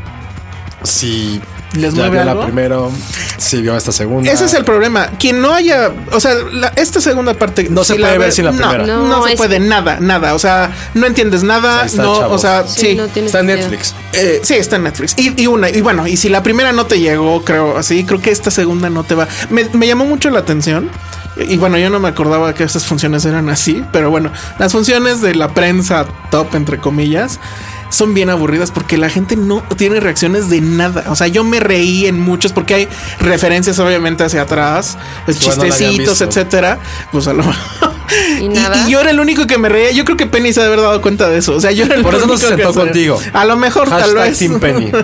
[SPEAKER 3] si
[SPEAKER 4] ¿Les
[SPEAKER 3] ya
[SPEAKER 4] mueve
[SPEAKER 3] vio
[SPEAKER 4] algo?
[SPEAKER 3] la primero, si vio esta segunda.
[SPEAKER 4] Ese es el problema. Quien no haya, o sea, la- esta segunda parte
[SPEAKER 3] No se
[SPEAKER 4] la
[SPEAKER 3] puede ver
[SPEAKER 4] ve-
[SPEAKER 3] sin la
[SPEAKER 4] no,
[SPEAKER 3] primera.
[SPEAKER 4] No,
[SPEAKER 5] No,
[SPEAKER 4] se
[SPEAKER 5] es-
[SPEAKER 4] puede nada, nada. O sea, no entiendes nada.
[SPEAKER 3] Ahí está,
[SPEAKER 4] no, o
[SPEAKER 3] chavos.
[SPEAKER 4] sea,
[SPEAKER 5] Sí,
[SPEAKER 4] sí.
[SPEAKER 5] no tiene
[SPEAKER 3] Está en
[SPEAKER 5] sentido.
[SPEAKER 3] Netflix.
[SPEAKER 4] Eh, sí, está en Netflix. Y, y una, y bueno, y si la primera no te llegó, creo, así, creo que esta segunda no te va. Me, me llamó mucho la atención. Y y bueno, yo no me acordaba que estas funciones eran así, pero bueno, las funciones de la prensa top, entre comillas, son bien aburridas porque la gente no tiene reacciones de nada. O sea, yo me reí en muchos porque hay referencias obviamente hacia atrás, pues,
[SPEAKER 3] Igual no la habían
[SPEAKER 4] chistecitos,
[SPEAKER 3] visto.
[SPEAKER 4] etcétera. Pues a lo
[SPEAKER 5] Y
[SPEAKER 4] Y,
[SPEAKER 5] nada.
[SPEAKER 4] y yo era el único que me reía. Yo creo que Penny se ha de haber dado cuenta de eso. O sea, yo era el
[SPEAKER 3] Por eso no
[SPEAKER 4] único
[SPEAKER 3] se
[SPEAKER 4] que
[SPEAKER 3] sentó contigo.
[SPEAKER 4] A lo mejor tal
[SPEAKER 3] Hashtag
[SPEAKER 4] vez.
[SPEAKER 3] Team Penny.
[SPEAKER 5] Por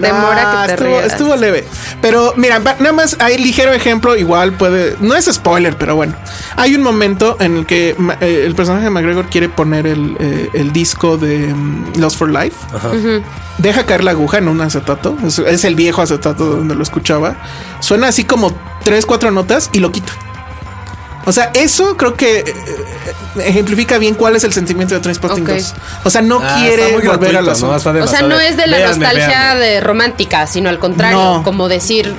[SPEAKER 5] temor
[SPEAKER 4] Nah,
[SPEAKER 5] a que te
[SPEAKER 4] estuvo,
[SPEAKER 5] rías.
[SPEAKER 4] estuvo leve. Pero mira, va- nada más hay ligero ejemplo, igual puede. No es spoiler, pero bueno. Hay un momento en el que ma- eh, el personaje de McGregor quiere poner el, eh, el disco de mm, Lost for Life. Deja caer la aguja en un acetato. Es, es el viejo acetato donde lo escuchaba. Suena así como tres, cuatro notas y lo quita. O sea, eso creo que eh, ejemplifica bien cuál es el sentimiento de Transporting
[SPEAKER 5] Ok.
[SPEAKER 4] 2. O sea, no
[SPEAKER 3] Ah,
[SPEAKER 4] quiere
[SPEAKER 3] está muy
[SPEAKER 4] volver a
[SPEAKER 3] gratuito,
[SPEAKER 4] la
[SPEAKER 3] ¿no? Está
[SPEAKER 5] O sea,
[SPEAKER 3] demasiado
[SPEAKER 5] no es de la
[SPEAKER 3] véanme,
[SPEAKER 5] nostalgia
[SPEAKER 3] véanme.
[SPEAKER 5] de romántica, sino al contrario,
[SPEAKER 4] No.
[SPEAKER 5] como decir,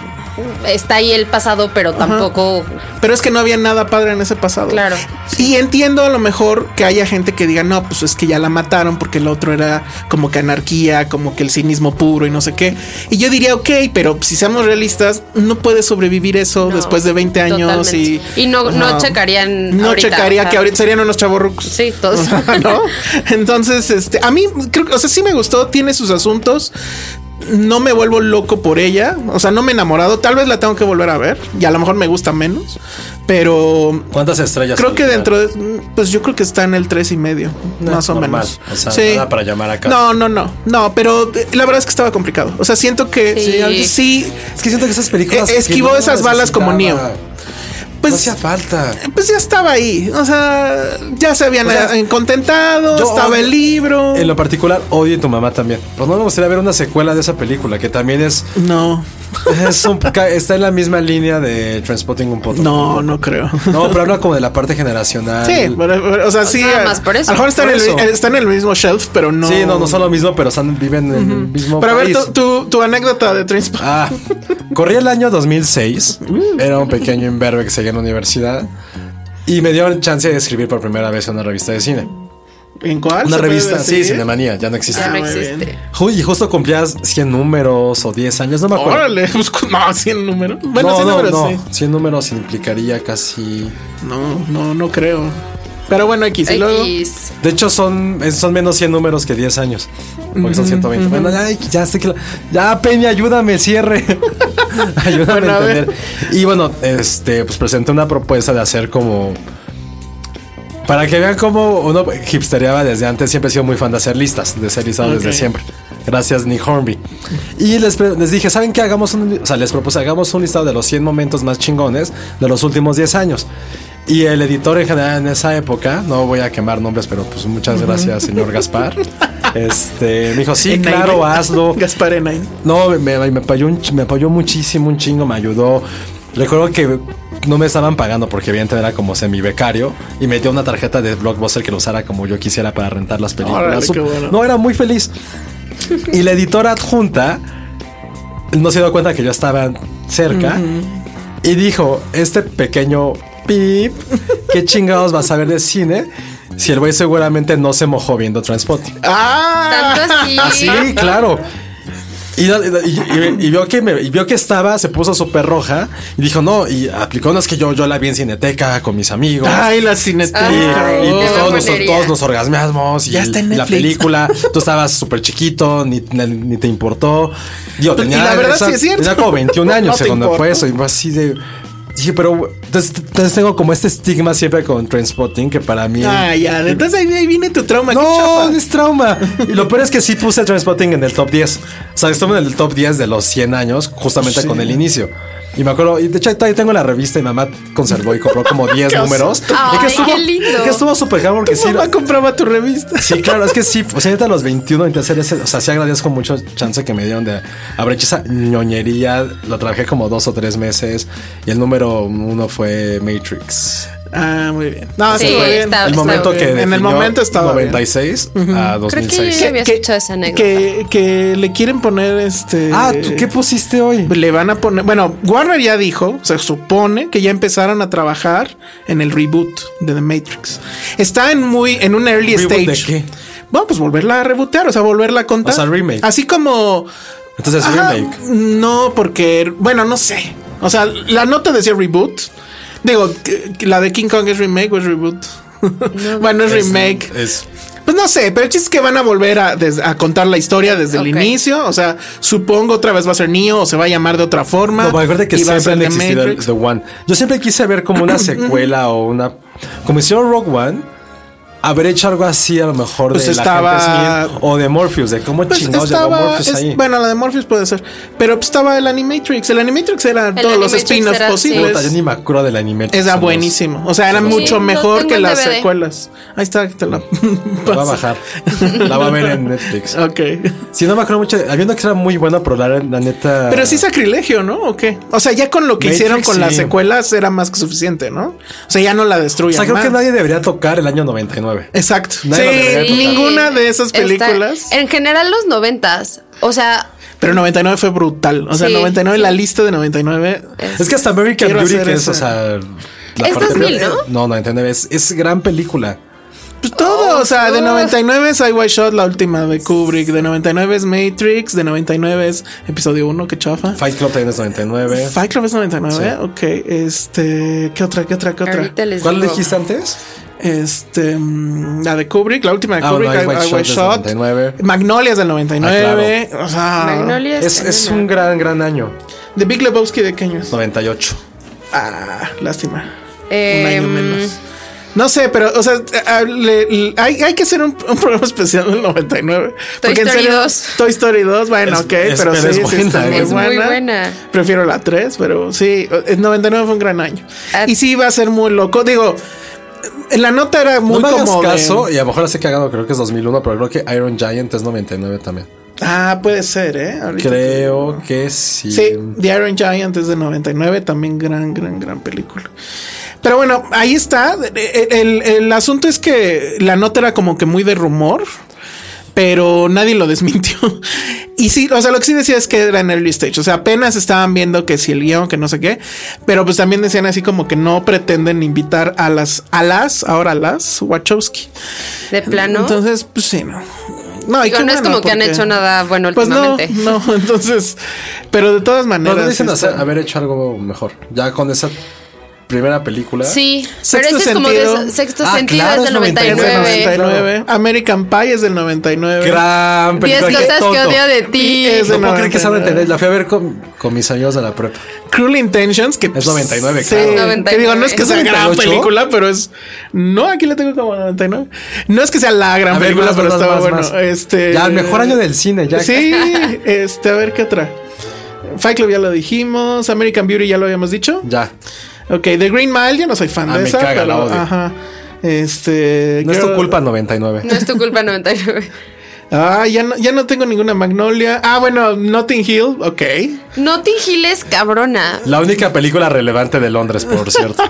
[SPEAKER 5] está ahí el pasado, pero tampoco...
[SPEAKER 4] Pero es que no había nada padre en ese pasado.
[SPEAKER 5] Claro.
[SPEAKER 4] Y entiendo a lo mejor que haya gente que diga, no, pues es que ya la mataron porque el otro era como que anarquía, como que el cinismo puro y no sé qué. Y yo diría, ok, pero si seamos realistas, no puede sobrevivir eso
[SPEAKER 5] No,
[SPEAKER 4] después de 20 años
[SPEAKER 5] totalmente.
[SPEAKER 4] y...
[SPEAKER 5] Y no- no
[SPEAKER 4] Ajá.
[SPEAKER 5] checarían
[SPEAKER 4] No
[SPEAKER 5] ahorita,
[SPEAKER 4] checaría
[SPEAKER 5] o sea.
[SPEAKER 4] que ahorita serían unos chavorrucos.
[SPEAKER 5] Sí, todos.
[SPEAKER 4] ¿No? Entonces, este, a mí creo que, o sea, sí me gustó, tiene sus asuntos. No me vuelvo loco por ella, o sea, no me he enamorado. Tal vez la tengo que volver a ver y a lo mejor me gusta menos, pero
[SPEAKER 3] ¿Cuántas estrellas? Ah.
[SPEAKER 4] creo que
[SPEAKER 3] tendría?
[SPEAKER 4] dentro de, pues yo creo que está en el tres y medio,
[SPEAKER 3] No,
[SPEAKER 4] más o
[SPEAKER 3] normal.
[SPEAKER 4] menos.
[SPEAKER 3] O sea, nada para llamar a casa.
[SPEAKER 4] No, no, no, no, pero eh, la verdad es que estaba complicado. O sea, siento que sí,
[SPEAKER 5] Sí.
[SPEAKER 4] sí,
[SPEAKER 3] Es que siento que esas películas.
[SPEAKER 4] Eh,
[SPEAKER 3] que
[SPEAKER 4] esquivó
[SPEAKER 3] no
[SPEAKER 4] esas balas como Neo.
[SPEAKER 3] necesitaba.
[SPEAKER 4] pues,
[SPEAKER 3] no hacía falta.
[SPEAKER 4] pues ya estaba ahí. O sea, ya se habían
[SPEAKER 3] O sea,
[SPEAKER 4] eh, contentado,
[SPEAKER 3] yo
[SPEAKER 4] estaba
[SPEAKER 3] odio-
[SPEAKER 4] el libro.
[SPEAKER 3] En lo particular, odio a tu mamá también. Pues no me gustaría ver una secuela de esa película, que también es.
[SPEAKER 4] No,
[SPEAKER 3] es un- ca- está en la misma línea de Transpotting un poco.
[SPEAKER 4] no, no creo.
[SPEAKER 3] No, pero habla como de la parte generacional.
[SPEAKER 4] Sí, pero- pero, o sea, sí.
[SPEAKER 5] Nada más por eso.
[SPEAKER 4] A lo mejor están,
[SPEAKER 3] Por
[SPEAKER 4] en el-
[SPEAKER 3] eso.
[SPEAKER 4] eh, están en el mismo shelf, pero no.
[SPEAKER 3] Sí, no, no son lo mismo, pero están- viven en el mismo
[SPEAKER 4] Pero a ver,
[SPEAKER 3] país.
[SPEAKER 4] tu, tu, tu anécdota de Trainspotting.
[SPEAKER 3] Ah, corrí el año 2006. Era un pequeño imberbe que seguía en la universidad. Y me dio chance de escribir por primera vez en una revista de cine.
[SPEAKER 4] ¿En cuál?
[SPEAKER 3] Una
[SPEAKER 4] se puede
[SPEAKER 3] revista, sí,
[SPEAKER 4] decir?
[SPEAKER 3] Cinemanía, ya no existe.
[SPEAKER 5] Ya no
[SPEAKER 4] muy
[SPEAKER 5] existe.
[SPEAKER 4] bien.
[SPEAKER 3] Ju- Y justo cumplías 100 números o 10 años, no me acuerdo.
[SPEAKER 4] Órale, pues, cu- no, 100 números. Bueno,
[SPEAKER 3] no,
[SPEAKER 4] 100
[SPEAKER 3] no,
[SPEAKER 4] números,
[SPEAKER 3] no.
[SPEAKER 4] sí.
[SPEAKER 3] 100 números implicaría casi.
[SPEAKER 4] No, no, no creo. Pero bueno, X. Y luego.
[SPEAKER 5] X.
[SPEAKER 3] De hecho, son, es- son menos 100 números que 10 años. Porque son 120. Bueno, ya, ya sé que. la- ya, Peña, ayúdame, cierre. ayúdame
[SPEAKER 4] Bueno, a
[SPEAKER 3] a
[SPEAKER 4] ver.
[SPEAKER 3] entender. Y bueno, este, pues presenté una propuesta de hacer como. Para que vean cómo uno hipstereaba desde antes, siempre he sido muy fan de hacer listas, de hacer listados
[SPEAKER 4] Ok.
[SPEAKER 3] desde siempre. Gracias, Nick Hornby. Y les, pre- les dije, ¿saben qué? Hagamos un, o sea, les propuse, hagamos un listado de los 100 momentos más chingones de los últimos 10 años. Y el editor en general en esa época, no voy a quemar nombres, pero pues muchas gracias, señor Gaspar. Este, me dijo, sí,
[SPEAKER 4] Enaine.
[SPEAKER 3] claro, hazlo.
[SPEAKER 4] Gaspar Enain.
[SPEAKER 3] No, me, me- me apoyó un ch- me apoyó muchísimo, un chingo, me ayudó. Recuerdo que no me estaban pagando porque evidentemente era como semibecario y me dio una tarjeta de Blockbuster que lo usara como yo quisiera para rentar las películas.
[SPEAKER 4] Órale, qué bueno.
[SPEAKER 3] No, era muy feliz. Y la editora adjunta no se dio cuenta que yo estaba cerca y dijo, este pequeño pip, ¿qué chingados vas a ver de cine? Si el güey seguramente no se mojó viendo Transpotting.
[SPEAKER 4] ¡Ah!
[SPEAKER 5] Tanto así.
[SPEAKER 3] Sí, claro. Y, y- y- y vio que me- y vio que estaba, se puso súper roja y dijo, no, y aplicó, no es que yo, yo la vi en Cineteca con mis amigos.
[SPEAKER 4] ¡Ay, la
[SPEAKER 3] Y,
[SPEAKER 4] cineteca!
[SPEAKER 5] Ay,
[SPEAKER 3] y
[SPEAKER 5] qué
[SPEAKER 3] pues todos, nos,
[SPEAKER 5] bufonería.
[SPEAKER 3] todos nos orgasmeamos y,
[SPEAKER 4] Ya está en
[SPEAKER 3] y la
[SPEAKER 4] Netflix.
[SPEAKER 3] película, tú estabas súper chiquito, ni, ni- ni te importó. Yo tenía,
[SPEAKER 4] la verdad
[SPEAKER 3] esa-
[SPEAKER 4] sí es cierto.
[SPEAKER 3] tenía como 21
[SPEAKER 4] No
[SPEAKER 3] años,
[SPEAKER 4] te
[SPEAKER 3] según
[SPEAKER 4] importó.
[SPEAKER 3] fue eso, y fue así de... Dije, pero entonces, entonces tengo como este estigma siempre con Trainspotting que para mí...
[SPEAKER 4] Ay, ya. Entonces ahí, ahí viene tu trauma. qué
[SPEAKER 3] No,
[SPEAKER 4] chafa.
[SPEAKER 3] no es trauma. Y lo peor es que sí puse Transpotting en el top 10. O sea, estuve en el top 10 de los 100 años, justamente
[SPEAKER 4] Sí.
[SPEAKER 3] con el inicio. Y me acuerdo, y de hecho ahí tengo la revista y mamá conservó y compró como 10 números.
[SPEAKER 5] Ay,
[SPEAKER 3] y que
[SPEAKER 5] qué
[SPEAKER 3] estuvo,
[SPEAKER 5] lindo.
[SPEAKER 3] y que estuvo súper caro porque
[SPEAKER 4] Tu
[SPEAKER 3] sí.
[SPEAKER 4] mamá compraba tu revista.
[SPEAKER 3] Sí, claro, es que sí, o sea, ahorita a los 21, 23, ese- o sea, sí agradezco mucho chance que me dieron de haber hecho esa ñoñería, lo trabajé como dos o tres meses y el número uno fue Matrix.
[SPEAKER 4] Ah, muy bien. No,
[SPEAKER 5] Sí,
[SPEAKER 4] sí, fue bien.
[SPEAKER 5] está-
[SPEAKER 3] El momento
[SPEAKER 4] bien.
[SPEAKER 3] que
[SPEAKER 4] En el
[SPEAKER 3] definió
[SPEAKER 4] momento estaba bien.
[SPEAKER 3] 96 a
[SPEAKER 5] Creo
[SPEAKER 3] 2006.
[SPEAKER 5] que yo ya había escuchado esa anécdota.
[SPEAKER 4] que- que le quieren poner este.
[SPEAKER 3] Ah, ¿tú qué pusiste hoy?
[SPEAKER 4] Le van a poner. Bueno, Warner ya dijo, se supone que ya empezaron a trabajar en el reboot de The Matrix. Está en muy, en un early
[SPEAKER 3] ¿Reboot
[SPEAKER 4] stage.
[SPEAKER 3] de qué?
[SPEAKER 4] Bueno, pues volverla a rebotear, o sea, volverla a contar.
[SPEAKER 3] O sea, remake.
[SPEAKER 4] Así como.
[SPEAKER 3] Entonces,
[SPEAKER 4] Ajá,
[SPEAKER 3] remake.
[SPEAKER 4] No, porque. Bueno, no sé. O sea, la nota decía reboot. Digo, que- que la de King Kong es remake o es reboot. bueno, es remake.
[SPEAKER 3] Es,
[SPEAKER 4] Pues no sé, pero el chiste es que van a volver a, des- a contar la historia desde
[SPEAKER 5] Ok.
[SPEAKER 4] el inicio. O sea, supongo otra vez va a ser Neo o se va a llamar de otra forma.
[SPEAKER 3] No, me acuerdo que
[SPEAKER 4] y va a
[SPEAKER 3] siempre
[SPEAKER 4] ser
[SPEAKER 3] han
[SPEAKER 4] de
[SPEAKER 3] existido el-
[SPEAKER 4] Matrix.
[SPEAKER 3] The One. Yo siempre quise ver como una secuela o una. Como hicieron Rock One, haber hecho algo así a lo mejor
[SPEAKER 4] Pues
[SPEAKER 3] de
[SPEAKER 4] estaba-
[SPEAKER 3] la gente Smith o de Morpheus, de cómo
[SPEAKER 4] Pues
[SPEAKER 3] chingados llegó
[SPEAKER 4] estaba,
[SPEAKER 3] Morpheus
[SPEAKER 4] es-
[SPEAKER 3] ahí.
[SPEAKER 4] bueno, la de Morpheus puede ser, pero pues estaba el Animatrix. El Animatrix era todos los
[SPEAKER 5] Animatrix
[SPEAKER 4] spin-offs
[SPEAKER 5] era, sí.
[SPEAKER 4] posibles.
[SPEAKER 3] Puta, yo ni me acuerdo del anime.
[SPEAKER 4] Era buenísimo. O sea, era
[SPEAKER 3] Sí,
[SPEAKER 4] mucho
[SPEAKER 5] lo
[SPEAKER 4] mejor
[SPEAKER 5] tengo
[SPEAKER 4] que
[SPEAKER 5] en
[SPEAKER 4] las
[SPEAKER 5] DVD.
[SPEAKER 4] secuelas. Ahí está, que te la
[SPEAKER 3] La va a
[SPEAKER 4] paso.
[SPEAKER 3] bajar. La va a ver en Netflix.
[SPEAKER 4] Ok.
[SPEAKER 3] Sí, no me acuerdo mucho. Había una que era muy buena, pero la, la neta.
[SPEAKER 4] Pero sí sacrilegio, ¿no? ¿O qué? O sea, ya con lo que
[SPEAKER 3] Matrix,
[SPEAKER 4] hicieron con las
[SPEAKER 3] sí.
[SPEAKER 4] secuelas era más que suficiente, ¿no? O sea, ya no la
[SPEAKER 3] O
[SPEAKER 4] destruyen.
[SPEAKER 3] sea, creo
[SPEAKER 4] más.
[SPEAKER 3] que nadie debería tocar el año 99.
[SPEAKER 4] Exacto.
[SPEAKER 3] nadie la debería
[SPEAKER 4] sí,
[SPEAKER 3] tocar.
[SPEAKER 4] ninguna de esas
[SPEAKER 5] Eh, Está-
[SPEAKER 4] películas.
[SPEAKER 5] en general, los noventas. O sea,
[SPEAKER 4] Pero 99 fue brutal. O sea,
[SPEAKER 5] Sí,
[SPEAKER 4] 99,
[SPEAKER 5] sí.
[SPEAKER 4] la lista de 99.
[SPEAKER 3] Es que hasta American
[SPEAKER 4] Quiero
[SPEAKER 3] Beauty,
[SPEAKER 4] hacer
[SPEAKER 3] que es,
[SPEAKER 4] eso.
[SPEAKER 3] o sea. la
[SPEAKER 5] Es 2000, ¿no?
[SPEAKER 3] No, 99. Es, es gran película.
[SPEAKER 4] Pues todo. o sea, de
[SPEAKER 5] no.
[SPEAKER 4] 99 es I White Shot, la última de Kubrick. De 99 es Matrix. De 99 es episodio 1, que chafa.
[SPEAKER 3] Fight Club también es 99.
[SPEAKER 4] Fight Club es 99. Ok. Este. ¿Qué otra? ¿Qué otra? ¿Qué otra?
[SPEAKER 5] ahorita les
[SPEAKER 3] ¿Cuál
[SPEAKER 5] digo.
[SPEAKER 3] dijiste antes?
[SPEAKER 4] Este, mm, la de Kubrick, la última de
[SPEAKER 3] Ah,
[SPEAKER 4] Kubrick,
[SPEAKER 3] bueno, I White
[SPEAKER 4] I- I
[SPEAKER 3] Shot
[SPEAKER 4] White
[SPEAKER 3] es
[SPEAKER 4] Shot,
[SPEAKER 3] 99.
[SPEAKER 4] Magnolia es del
[SPEAKER 3] Ah,
[SPEAKER 4] 99, o sea,
[SPEAKER 5] Magnolia
[SPEAKER 3] Es,
[SPEAKER 5] está
[SPEAKER 3] es
[SPEAKER 5] en
[SPEAKER 3] un
[SPEAKER 5] una-
[SPEAKER 3] gran, gran año.
[SPEAKER 4] The Big Lebowski de qué año es?
[SPEAKER 3] 98.
[SPEAKER 4] Ah, lástima.
[SPEAKER 5] Em,
[SPEAKER 4] un año menos. No sé, pero, o sea, a- le- le- hay, hay que hacer un, un programa especial del 99.
[SPEAKER 5] Toy
[SPEAKER 4] porque en
[SPEAKER 5] Story
[SPEAKER 4] serio,
[SPEAKER 5] 2.
[SPEAKER 4] Toy Story 2, bueno,
[SPEAKER 3] Es-
[SPEAKER 4] ok,
[SPEAKER 3] es-
[SPEAKER 4] pero
[SPEAKER 3] pero
[SPEAKER 4] sí,
[SPEAKER 3] es
[SPEAKER 4] sí
[SPEAKER 3] buena,
[SPEAKER 4] está muy
[SPEAKER 3] es
[SPEAKER 5] muy
[SPEAKER 4] buena.
[SPEAKER 5] buena.
[SPEAKER 4] Prefiero la 3, pero sí, el 99 fue un gran año.
[SPEAKER 5] Ah.
[SPEAKER 4] Y sí, va a ser muy loco. Digo, la nota era muy
[SPEAKER 3] no me
[SPEAKER 4] como. de-
[SPEAKER 3] hagas caso, y a lo mejor hace cagado, creo que es 2001, pero creo que Iron Giant es 99 también.
[SPEAKER 4] Ah, puede ser, ¿eh? Ahorita
[SPEAKER 3] Creo
[SPEAKER 4] te digo.
[SPEAKER 3] que sí.
[SPEAKER 4] Sí, The Iron Giant es de 99, también gran, gran, gran película. Pero bueno, ahí está. El, el- el asunto es que la nota era como que muy de rumor, pero nadie lo desmintió. Y sí, o sea, lo que sí decía es que era en early stage. O sea, apenas estaban viendo que si el guión, que no sé qué. Pero pues también decían así como que no pretenden invitar a las, a las, ahora las, Wachowski.
[SPEAKER 5] de plano.
[SPEAKER 4] Entonces, pues sí, no. No, y
[SPEAKER 5] Digo,
[SPEAKER 4] qué
[SPEAKER 5] no
[SPEAKER 4] bueno,
[SPEAKER 5] es como que han
[SPEAKER 4] porque-
[SPEAKER 5] hecho nada bueno
[SPEAKER 4] Pues no,
[SPEAKER 5] últimamente.
[SPEAKER 4] no, entonces, pero de todas
[SPEAKER 3] No,
[SPEAKER 4] maneras. este,
[SPEAKER 3] no dicen
[SPEAKER 4] está-
[SPEAKER 3] hacer- haber hecho algo mejor. Ya con esa primera película.
[SPEAKER 5] Sí,
[SPEAKER 4] Sexto
[SPEAKER 5] pero ese es como
[SPEAKER 4] sentido.
[SPEAKER 5] de ese- sexto
[SPEAKER 3] Ah,
[SPEAKER 5] sentido
[SPEAKER 3] claro,
[SPEAKER 5] es del
[SPEAKER 3] es 99.
[SPEAKER 4] Es
[SPEAKER 5] 99.
[SPEAKER 4] del 99. American Pie es del 99.
[SPEAKER 3] Gran
[SPEAKER 5] Diez
[SPEAKER 3] película. qué
[SPEAKER 5] cosas que
[SPEAKER 3] tonto.
[SPEAKER 5] odio de ti.
[SPEAKER 4] Es
[SPEAKER 3] No
[SPEAKER 4] de
[SPEAKER 3] puedo creer que saben
[SPEAKER 4] 99.
[SPEAKER 3] entender. La fui a ver con, con mis amigos de la prepa.
[SPEAKER 4] Cruel Intentions, que
[SPEAKER 3] Es 99,
[SPEAKER 4] sí,
[SPEAKER 3] claro. Es
[SPEAKER 5] 99.
[SPEAKER 4] Que digo, no es que sea gran
[SPEAKER 3] 98.
[SPEAKER 4] película, pero es. No, aquí la tengo como 99. No es que sea la gran
[SPEAKER 3] A ver,
[SPEAKER 4] película,
[SPEAKER 3] más,
[SPEAKER 4] pero
[SPEAKER 3] más,
[SPEAKER 4] estaba
[SPEAKER 3] más,
[SPEAKER 4] bueno.
[SPEAKER 3] más.
[SPEAKER 4] Este.
[SPEAKER 3] Ya, el mejor año del cine, ya.
[SPEAKER 4] Sí, este, a ver qué otra. Fight Club ya lo dijimos. American Beauty ya lo habíamos dicho.
[SPEAKER 3] Ya.
[SPEAKER 4] Ok, The Green Mile, yo no soy fan
[SPEAKER 3] Ah,
[SPEAKER 4] de
[SPEAKER 3] me
[SPEAKER 4] esa,
[SPEAKER 3] caga, la
[SPEAKER 4] pero
[SPEAKER 3] odio.
[SPEAKER 4] ajá. Este.
[SPEAKER 3] No es tu
[SPEAKER 4] Girl-
[SPEAKER 3] culpa 99.
[SPEAKER 5] No es tu culpa 99.
[SPEAKER 4] Ah, ya no, ya no tengo ninguna Magnolia. Ah, bueno, Notting Hill, ok.
[SPEAKER 5] Notting Hill es cabrona.
[SPEAKER 3] La única película relevante de Londres, por cierto.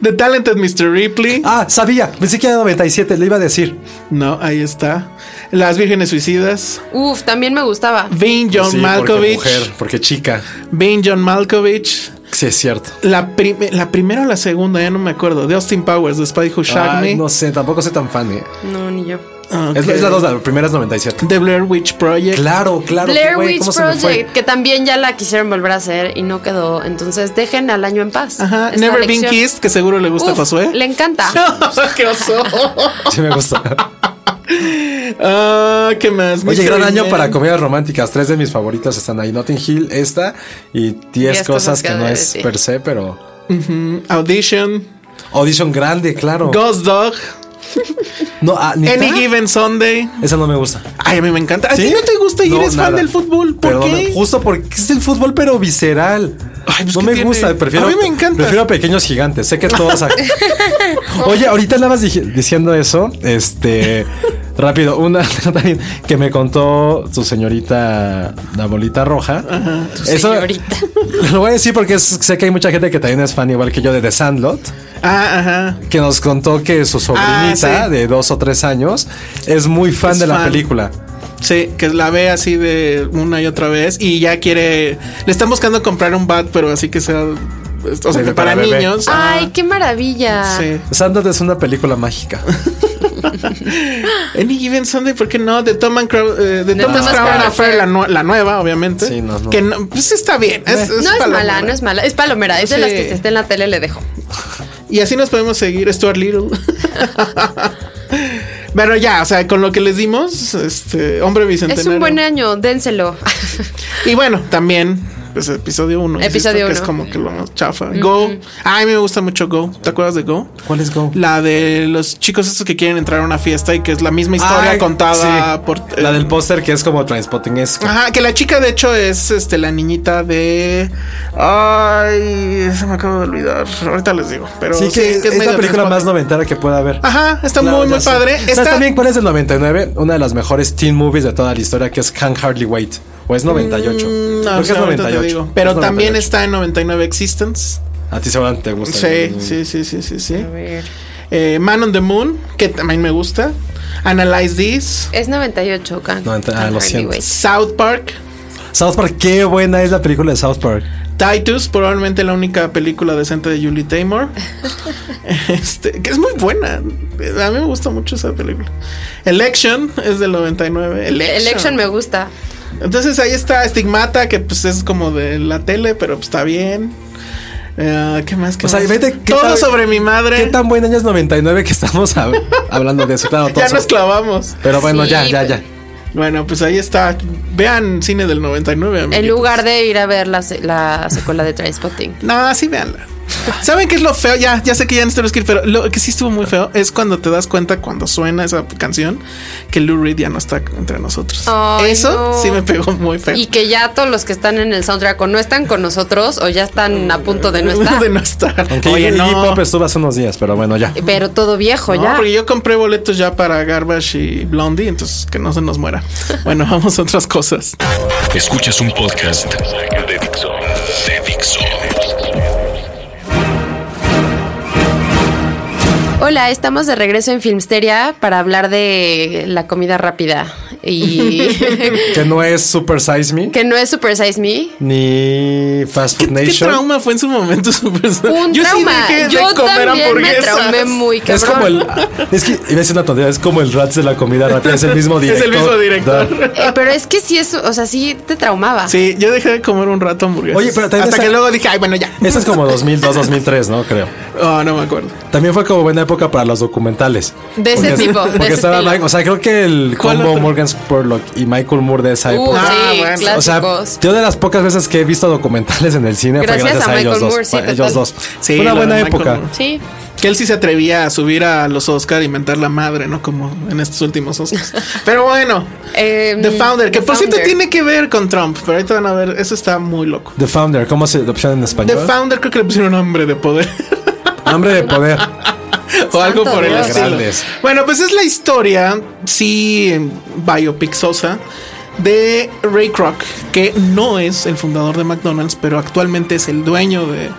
[SPEAKER 4] The Talented Mr. Ripley.
[SPEAKER 3] ah, sabía. Pensé que era 97, le iba a decir.
[SPEAKER 4] No, ahí está. Las Vírgenes Suicidas.
[SPEAKER 5] Uf, también me gustaba.
[SPEAKER 4] Vin John
[SPEAKER 3] Sí, Porque
[SPEAKER 4] Malkovich.
[SPEAKER 3] mujer, porque chica.
[SPEAKER 4] Vin John Malkovich.
[SPEAKER 3] Sí, es cierto.
[SPEAKER 4] La, prim- la primera o la segunda, ya no me acuerdo. De Austin Powers, de Spy Who Shot
[SPEAKER 3] Ay,
[SPEAKER 4] Me.
[SPEAKER 3] Ah,
[SPEAKER 4] Ah,
[SPEAKER 3] no sé, tampoco soy tan fan. eh.
[SPEAKER 5] No, ni yo.
[SPEAKER 4] Ok.
[SPEAKER 3] Es, es la dos, la primera es 97.
[SPEAKER 4] The Blair Witch Project.
[SPEAKER 3] Claro, claro.
[SPEAKER 5] Blair
[SPEAKER 3] güey,
[SPEAKER 5] Witch
[SPEAKER 3] ¿cómo se me fue?
[SPEAKER 5] Project, que también ya la quisieron volver a hacer y no quedó. Entonces dejen al año en paz.
[SPEAKER 4] Ajá.
[SPEAKER 5] Esta
[SPEAKER 4] Never Been
[SPEAKER 5] lección-
[SPEAKER 4] Kissed, que seguro le gusta a
[SPEAKER 5] Uf,
[SPEAKER 4] Josué.
[SPEAKER 5] Le encanta.
[SPEAKER 4] ¡Qué oso!
[SPEAKER 3] Sí, me gusta.
[SPEAKER 4] Ah, ¿Qué más?
[SPEAKER 3] Oye,
[SPEAKER 4] Mr.
[SPEAKER 3] gran año
[SPEAKER 4] Inman.
[SPEAKER 3] para comedias románticas. Tres de mis favoritas están ahí: Notting Hill, esta y 10
[SPEAKER 5] Diez
[SPEAKER 3] cosas que no
[SPEAKER 5] odio de
[SPEAKER 3] es
[SPEAKER 5] ti.
[SPEAKER 3] per se, pero.
[SPEAKER 4] Audition.
[SPEAKER 3] Audition grande, claro.
[SPEAKER 4] Ghost Dog.
[SPEAKER 3] No, ah, Oh. ¿neta?
[SPEAKER 4] Any Given Sunday.
[SPEAKER 3] Esa no me gusta.
[SPEAKER 4] Ay, a mí me encanta. ¿A
[SPEAKER 3] ¿Sí?
[SPEAKER 4] ti no te gusta y
[SPEAKER 3] No,
[SPEAKER 4] eres fan
[SPEAKER 3] nada.
[SPEAKER 4] del fútbol? ¿Por
[SPEAKER 3] Pero no me-
[SPEAKER 4] qué?
[SPEAKER 3] justo porque es el fútbol, pero visceral.
[SPEAKER 4] Ay, pues,
[SPEAKER 3] no
[SPEAKER 4] ¿qué
[SPEAKER 3] me
[SPEAKER 4] tiene?
[SPEAKER 3] gusta, prefiero.
[SPEAKER 4] A mí me encanta.
[SPEAKER 3] Prefiero a pequeños gigantes. Sé que todos. ac- Oye, ahorita andabas dij- diciendo eso. Este. Rápido, una también que me contó su señorita, la bolita roja. Eso-
[SPEAKER 5] señorita.
[SPEAKER 3] Lo voy a decir porque es- sé que hay mucha gente que también es fan, igual que yo, de The Sandlot,
[SPEAKER 4] Ah, ajá.
[SPEAKER 3] que nos contó que su
[SPEAKER 4] Ah,
[SPEAKER 3] sobrinita
[SPEAKER 4] sí.
[SPEAKER 3] de dos o tres años es muy fan
[SPEAKER 4] Es
[SPEAKER 3] de la
[SPEAKER 4] fan.
[SPEAKER 3] película.
[SPEAKER 4] Sí, que la ve así de una y otra vez y ya quiere. Le están buscando comprar un bat, pero así que sea. O sea,
[SPEAKER 3] Pero
[SPEAKER 4] que
[SPEAKER 3] para
[SPEAKER 4] para,
[SPEAKER 3] bebé.
[SPEAKER 4] niños.
[SPEAKER 5] Ay, qué maravilla.
[SPEAKER 4] Ah, sí.
[SPEAKER 3] Sandlot es una película mágica.
[SPEAKER 4] Any Given Sunday, ¿por qué no? De Tom and Crow, eh, de
[SPEAKER 5] De
[SPEAKER 4] Thomas
[SPEAKER 5] Thomas
[SPEAKER 4] Crown
[SPEAKER 5] Crown
[SPEAKER 4] Affair, la, nue- la nueva, obviamente.
[SPEAKER 3] Sí, no, no.
[SPEAKER 4] Que no, pues está bien. Es,
[SPEAKER 5] No es
[SPEAKER 4] palomera.
[SPEAKER 5] mala, no es mala. Es palomera. Es de
[SPEAKER 4] Sí.
[SPEAKER 5] las que se esté en la tele, le dejo.
[SPEAKER 4] Y así nos podemos seguir. Stuart Little. Pero ya, o sea, con lo que les dimos, este hombre bicentenario.
[SPEAKER 5] Es un buen año, dénselo.
[SPEAKER 4] Y bueno, también pues, episodio 1.
[SPEAKER 5] Episodio
[SPEAKER 4] Que es
[SPEAKER 5] uno.
[SPEAKER 4] como que lo más chafa. Go. Ay, a mí me gusta mucho Go. ¿Te acuerdas de Go?
[SPEAKER 3] ¿Cuál es Go?
[SPEAKER 4] La de los chicos estos que quieren entrar a una fiesta y que es la misma historia
[SPEAKER 3] Ay,
[SPEAKER 4] contada
[SPEAKER 3] sí.
[SPEAKER 4] por
[SPEAKER 3] La
[SPEAKER 4] eh,
[SPEAKER 3] del póster que es como Transpotting es.
[SPEAKER 4] Ajá, que la chica de hecho es este la niñita de Ay, se me acabo de olvidar. Ahorita les digo, pero
[SPEAKER 3] Sí, que es,
[SPEAKER 4] medio
[SPEAKER 3] la película más
[SPEAKER 4] transporte.
[SPEAKER 3] noventera que pueda haber.
[SPEAKER 4] Ajá, está
[SPEAKER 3] Claro,
[SPEAKER 4] muy
[SPEAKER 3] ya
[SPEAKER 4] muy
[SPEAKER 3] sé.
[SPEAKER 4] padre.
[SPEAKER 3] ¿Sabes
[SPEAKER 4] Está
[SPEAKER 3] también cuál es el 99? Una de las mejores teen movies de toda la historia que es Can Hardly Wait. O es 98.
[SPEAKER 4] Mm, No,
[SPEAKER 3] Creo que
[SPEAKER 4] sí,
[SPEAKER 3] es
[SPEAKER 4] ahorita te
[SPEAKER 3] 98.
[SPEAKER 4] digo. Pero
[SPEAKER 3] Es 98.
[SPEAKER 4] también está en 99 Existence.
[SPEAKER 3] A ti seguramente te gusta.
[SPEAKER 4] Sí, sí, sí, sí, sí, sí. Eh, Man on the Moon, que también me gusta. Analyze This.
[SPEAKER 5] Es 98, Can.
[SPEAKER 3] Noventa- ah, lo siento.
[SPEAKER 4] South Park.
[SPEAKER 3] South Park, qué buena es la película de South Park.
[SPEAKER 4] Titus, probablemente la única película decente de Julie Taymor. este, que es muy buena. A mí me gusta mucho esa película. Election es del 99. Election.
[SPEAKER 5] Election me gusta.
[SPEAKER 4] Entonces ahí está Estigmata, que pues es como de la tele, pero pues está bien. Eh, ¿Qué más? ¿Qué
[SPEAKER 3] O sea,
[SPEAKER 4] más?
[SPEAKER 3] vete, ¿qué
[SPEAKER 4] Todo
[SPEAKER 3] tal-
[SPEAKER 4] sobre mi madre.
[SPEAKER 3] Qué tan buen año es 99 que estamos hab- hablando de eso. Claro,
[SPEAKER 4] ya
[SPEAKER 3] todos-
[SPEAKER 4] nos clavamos.
[SPEAKER 3] Pero bueno,
[SPEAKER 5] Sí,
[SPEAKER 3] ya, ya, ya.
[SPEAKER 4] Bueno, pues ahí está. Vean cine del 99.
[SPEAKER 5] En
[SPEAKER 4] amiguitos.
[SPEAKER 5] lugar de ir a ver la, se- la secuela de Trainspotting.
[SPEAKER 4] No, sí, véanla. ¿Saben qué es lo feo? Ya, ya sé que ya no tenemos que ir, pero lo que sí estuvo muy feo es cuando te das cuenta cuando suena esa canción que Lou Reed ya no está entre nosotros.
[SPEAKER 5] Ay,
[SPEAKER 4] Eso
[SPEAKER 5] no.
[SPEAKER 4] sí me pegó muy feo.
[SPEAKER 5] Y que ya todos los que están en el soundtrack o no están con nosotros o ya están a punto de no estar.
[SPEAKER 4] de no estar.
[SPEAKER 3] Aunque
[SPEAKER 4] Oye,
[SPEAKER 3] Iggy
[SPEAKER 4] no.
[SPEAKER 3] Pop estuvo hace unos días, pero bueno, ya.
[SPEAKER 5] Pero todo viejo
[SPEAKER 4] No,
[SPEAKER 5] ya.
[SPEAKER 4] porque yo compré boletos ya para Garbage y Blondie, entonces que no se nos muera. Bueno, vamos a otras cosas.
[SPEAKER 2] Escuchas un podcast de Dixo. De Dixo.
[SPEAKER 5] Hola, estamos de regreso en Filmsteria para hablar de la comida rápida. Y
[SPEAKER 3] Que no es Super Size Me,
[SPEAKER 5] que no es Super Size Me.
[SPEAKER 3] ni Fast
[SPEAKER 4] ¿Qué,
[SPEAKER 3] Food
[SPEAKER 4] qué
[SPEAKER 3] Nation.
[SPEAKER 4] trauma fue en su momento super
[SPEAKER 5] Un trauma. yo también me traumé muy cabrón.
[SPEAKER 3] Es como el. ah, Es que iba a decir una tontería, es como el Rats de la comida rápida, es el mismo
[SPEAKER 4] Es
[SPEAKER 3] director.
[SPEAKER 4] el mismo director.
[SPEAKER 3] Da.
[SPEAKER 5] Eh, pero es que sí es, o sea, sí te traumaba.
[SPEAKER 4] Sí, yo dejé de comer un rato hamburguesas.
[SPEAKER 3] Oye, pero también
[SPEAKER 4] hasta
[SPEAKER 3] está-
[SPEAKER 4] que luego dije, ay, bueno, ya.
[SPEAKER 3] Ese es como 2002, 2003, ¿no? Creo.
[SPEAKER 4] Oh, no me acuerdo.
[SPEAKER 3] También fue como buena época para los documentales.
[SPEAKER 5] De ese
[SPEAKER 3] Porque-
[SPEAKER 5] tipo, de
[SPEAKER 3] Porque
[SPEAKER 5] ese
[SPEAKER 3] estaba,
[SPEAKER 5] estilo.
[SPEAKER 3] Mike- o sea, creo que el
[SPEAKER 4] ¿Cuál
[SPEAKER 3] combo
[SPEAKER 4] otro?
[SPEAKER 3] Morgan Spurlock y Michael Moore de esa
[SPEAKER 5] Uh,
[SPEAKER 3] época.
[SPEAKER 4] Ah,
[SPEAKER 5] sí,
[SPEAKER 4] bueno.
[SPEAKER 3] O sea,
[SPEAKER 5] clásicos.
[SPEAKER 3] yo de las pocas veces que he visto documentales en el cine
[SPEAKER 5] Gracias
[SPEAKER 3] fue gracias
[SPEAKER 5] a
[SPEAKER 3] a,
[SPEAKER 5] Michael
[SPEAKER 3] ellos,
[SPEAKER 5] Moore,
[SPEAKER 3] dos,
[SPEAKER 5] sí,
[SPEAKER 3] a ellos
[SPEAKER 5] total.
[SPEAKER 3] dos.
[SPEAKER 4] Sí,
[SPEAKER 3] fue una
[SPEAKER 4] lo de
[SPEAKER 3] buena
[SPEAKER 4] Michael
[SPEAKER 3] época.
[SPEAKER 4] Moore.
[SPEAKER 5] Sí.
[SPEAKER 4] Que él sí se atrevía a subir a los Oscar y inventar la madre, ¿no? Como en estos últimos Oscars. Pero bueno,
[SPEAKER 5] Em,
[SPEAKER 4] The Founder, que
[SPEAKER 5] The
[SPEAKER 4] por cierto
[SPEAKER 5] Founder.
[SPEAKER 4] tiene que ver con Trump, pero ahorita van a ver, eso está muy loco.
[SPEAKER 3] The Founder, ¿cómo se la opción en
[SPEAKER 4] The
[SPEAKER 3] español?
[SPEAKER 4] Founder creo que le pusieron nombre de poder.
[SPEAKER 3] Hambre de poder.
[SPEAKER 4] o algo por el
[SPEAKER 5] Dios.
[SPEAKER 4] estilo.
[SPEAKER 3] Grandes.
[SPEAKER 4] Bueno, pues es la historia, sí, biopixosa, de Ray Kroc, que no es el fundador de McDonald's, pero actualmente es el dueño de,